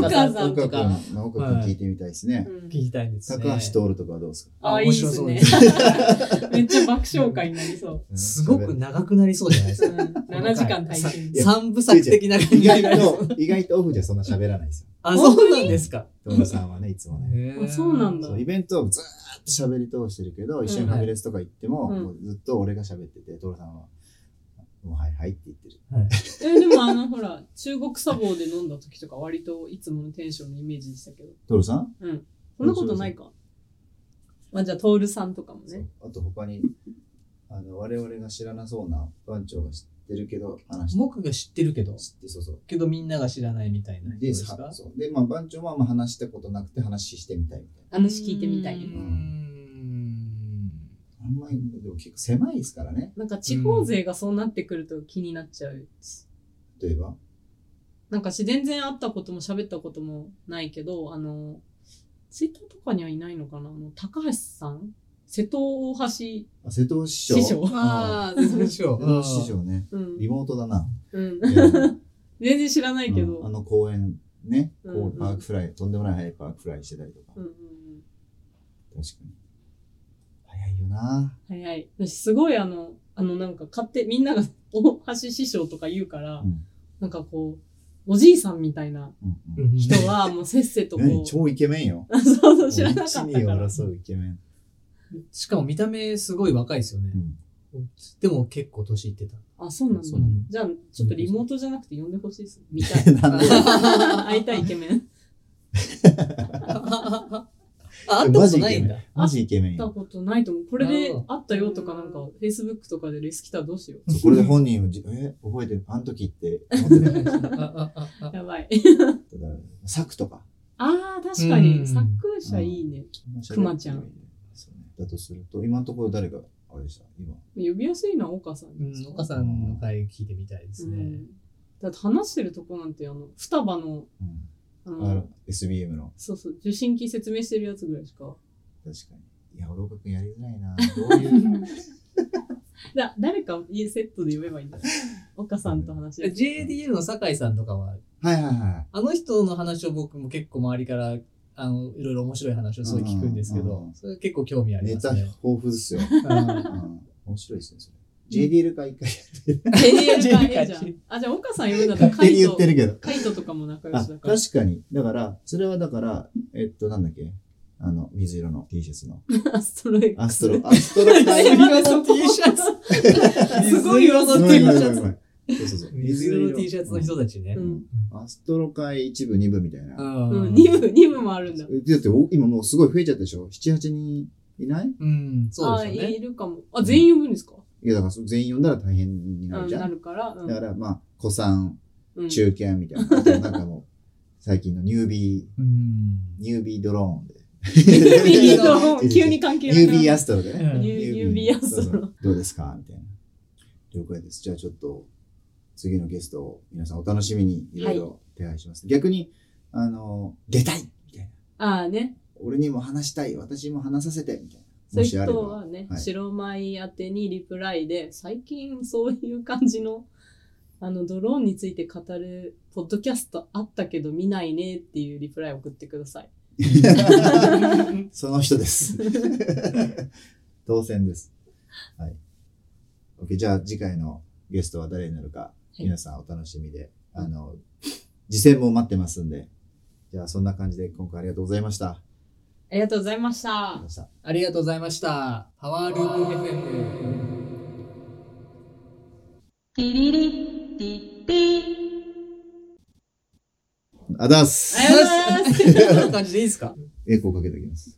D: お母さん
C: と
B: 岡
C: か
B: 君まあ岡君聞いてみたいですね。
D: ん
C: 聞きたいんですね。
B: 高橋徹とかはどうですか
D: あ、いいで
C: 面白
D: す
C: そう
D: ね。
C: です
D: めっちゃ爆笑会になりそう。
C: すごく長くなりそうじゃないです
D: う
C: か。
D: ん、7時間体験。
C: 三部作的な感
B: 意
C: じが
B: 外と、意外とオフじゃそんな喋らないですよ。
C: あ、そうなんですか。
B: トムさんはね、いつもね。
D: あそうなんだ
B: そうイベントをずーっと喋り通してるけど、一緒にファミレスとか行っても、
D: うん
B: もうずっと俺が喋ってて、トムさんは、もうはいはいって言ってる。
D: えでもあのほら中国茶房で飲んだ時とか割といつものテンションのイメージでしたけど
B: トムさん
D: そんなことないかまあじゃあトールさんとかもね
B: あと他に、あの、我々が知らなそうな番長が知ってるけど、話して、
C: 僕が知ってるけど、
B: 知ってそうそう。
C: けどみんなが知らないみたいな人
B: で、
C: です
B: は
C: か
B: そうでまあ、番長はあんま話したことなくて話してみたいみたい
D: 話聞いてみたいね
C: うーん
B: な。あんまり、でも結構狭いですからね。
D: なんか地方勢がそうなってくると気になっちゃう、
B: 例えば。
D: なんかし全然会ったことも喋ったこともないけどあのツイッターとかにはいないのかなあの高橋さん瀬戸大橋師
B: あ瀬戸師匠。
D: 匠
C: ああ、そうでしょ
B: 瀬戸師匠ね。
D: うん
B: リモート だな。
D: うん
B: いや
D: 全然知らないけど、
B: うんあの公園ね、
D: う
B: こ
D: んう
B: うんパークフライ、とんでもない速いパークフライしてたりとか、
D: うんうん
B: 確か
D: うん
B: に。早いよな。
D: 早い。私すごいあの、あのなんか勝手、みんなが大橋師匠とか言うから、
B: うん
D: なんかこう、おじいさんみたいな
B: うんうん
C: 人
D: 人は、もうせっせとこ
B: 何
D: う、
B: 超イケメンよ。
D: あそうそう、 知らなかった
B: もう
D: か
B: 一二を
D: ら。
B: 争うイ ケメン。
C: しかも見た目すごい若いですよね
B: う。ん
C: でも結構年いってた。
D: あ、そうなんだ
B: そうな。
D: じゃあ、ちょっとリモートじゃなくて呼んでほしいです。みたい。
B: なんで
D: 会いたいイケメン。
C: あ、会ったことないんだ。
B: マジイケ
D: 会
B: メン
D: った
B: よ。
D: ことないと思う。これ
C: な
D: で
C: るほど
D: 会ったよとか、なんか、Facebook とかでレス来たらどうしよ
B: そうこれで本人をじ、え、覚えてるあの時って 思ってなかった
C: あああ
D: う。
C: あ
D: やばい。
B: から。策とか。
D: ああ、確か
C: う
D: に、
C: ん
D: 作者いいね。くまちゃん
B: そうね。だとすると、今のところ誰があれでした今。
D: 呼びやすいのは岡さん
C: う
D: です
C: ん、
D: か
C: 岡さんの回聞いてみたいです
D: う
C: ね。
D: んだって話してるとこなんて、あの、双葉の、
B: うん
D: あ
B: あ
D: の
B: の、SBM の。
D: そうそう、受信機説明してるやつぐらいしか。
B: 確かに。いや、俺岡君やりづらいな。ど ういう。
D: だ誰か家セットで呼べばいいんだよ。岡さんと話してる。
C: JDL の酒井さんとかは、
B: はいはいは
C: あの人の話を僕も結構周りから、あの、いろいろ面白い話をすごい聞くんですけ
B: うんう
C: ど
B: ん、
C: それ結構興味あ
B: い。
C: り
B: ネ
C: ま
B: タ
C: すね
B: 豊。富ですよ。
C: うん
B: うん面白いですね、それ。JDL か一回やってる。
D: JDL か
C: JDL
D: いいじゃん。あ、じゃあ岡さん呼ぶんだったら、
B: 勝
D: カ
B: 手に
D: イ
B: 言っ
D: ト
B: て、るけど。
D: カイトとかも仲良
B: あ
D: しだから。
B: 確かに。だから、それはだから、えっと、なんだっけあの、水色の T シャツの。
D: アストロイ
B: アストロ、アストロ
C: 水 色の T シャツ。 すごい色の T シャツ。
B: ツ。そうそうそう。
C: 水色の T シャツの人たちね
D: う。ん。
B: アストロ界一部、二部みたいな。
D: うん、
C: ん
D: 2部、二部もあるんだ。
B: だって、お今もうすごい増えちゃったでしょ ?7、8人いない
C: うん、そうですよ
D: あ、
C: ね。
D: いるかも。あ、全員呼ぶんですか
B: いや、だからそう全員呼んだら大変にな
D: う
B: る
D: ん、
B: じゃ。
D: なんるから。うん
B: だから、まあ、古参、
D: うん
B: 中堅みたいな。あとなんかもう、最近のニュービ
C: うん
B: ー、ニュービードローンで。
D: 指と急に関係
B: ニ
D: な
B: ュ
D: い。
B: ービーアストロでね。
C: うん
D: ニュービーアストロ
B: そうそうどうですかみたいな。了解です。じゃあちょっと、次のゲストを皆さんお楽しみにいろいろ手配します。逆に、あの、出たいみたいな。
D: ああね。
B: 俺にも話したい。私にも話させてみたいな。
D: そう
B: も
D: いう
B: しあれ
D: 人
B: ば。
D: はね、
B: はい
D: 白米宛てにリプライで、最近そういう感じの、あの、ドローンについて語る、ポッドキャストあったけど見ないねっていうリプライを送ってください。
B: その 人です。当選です。はい。OK、じゃあ次回のゲストは誰になるか、
D: い
B: 皆さんお楽しみで、あの、次戦も待ってますんで。じゃあそんな感じで今回ありがとうございました。
D: ありがとうございま した。
B: ました
C: ありがとうございました。パワーループ FM。
B: あだっす。
D: ありがとうございます。
C: こんな感じでいいですか
B: エコーかけておきます。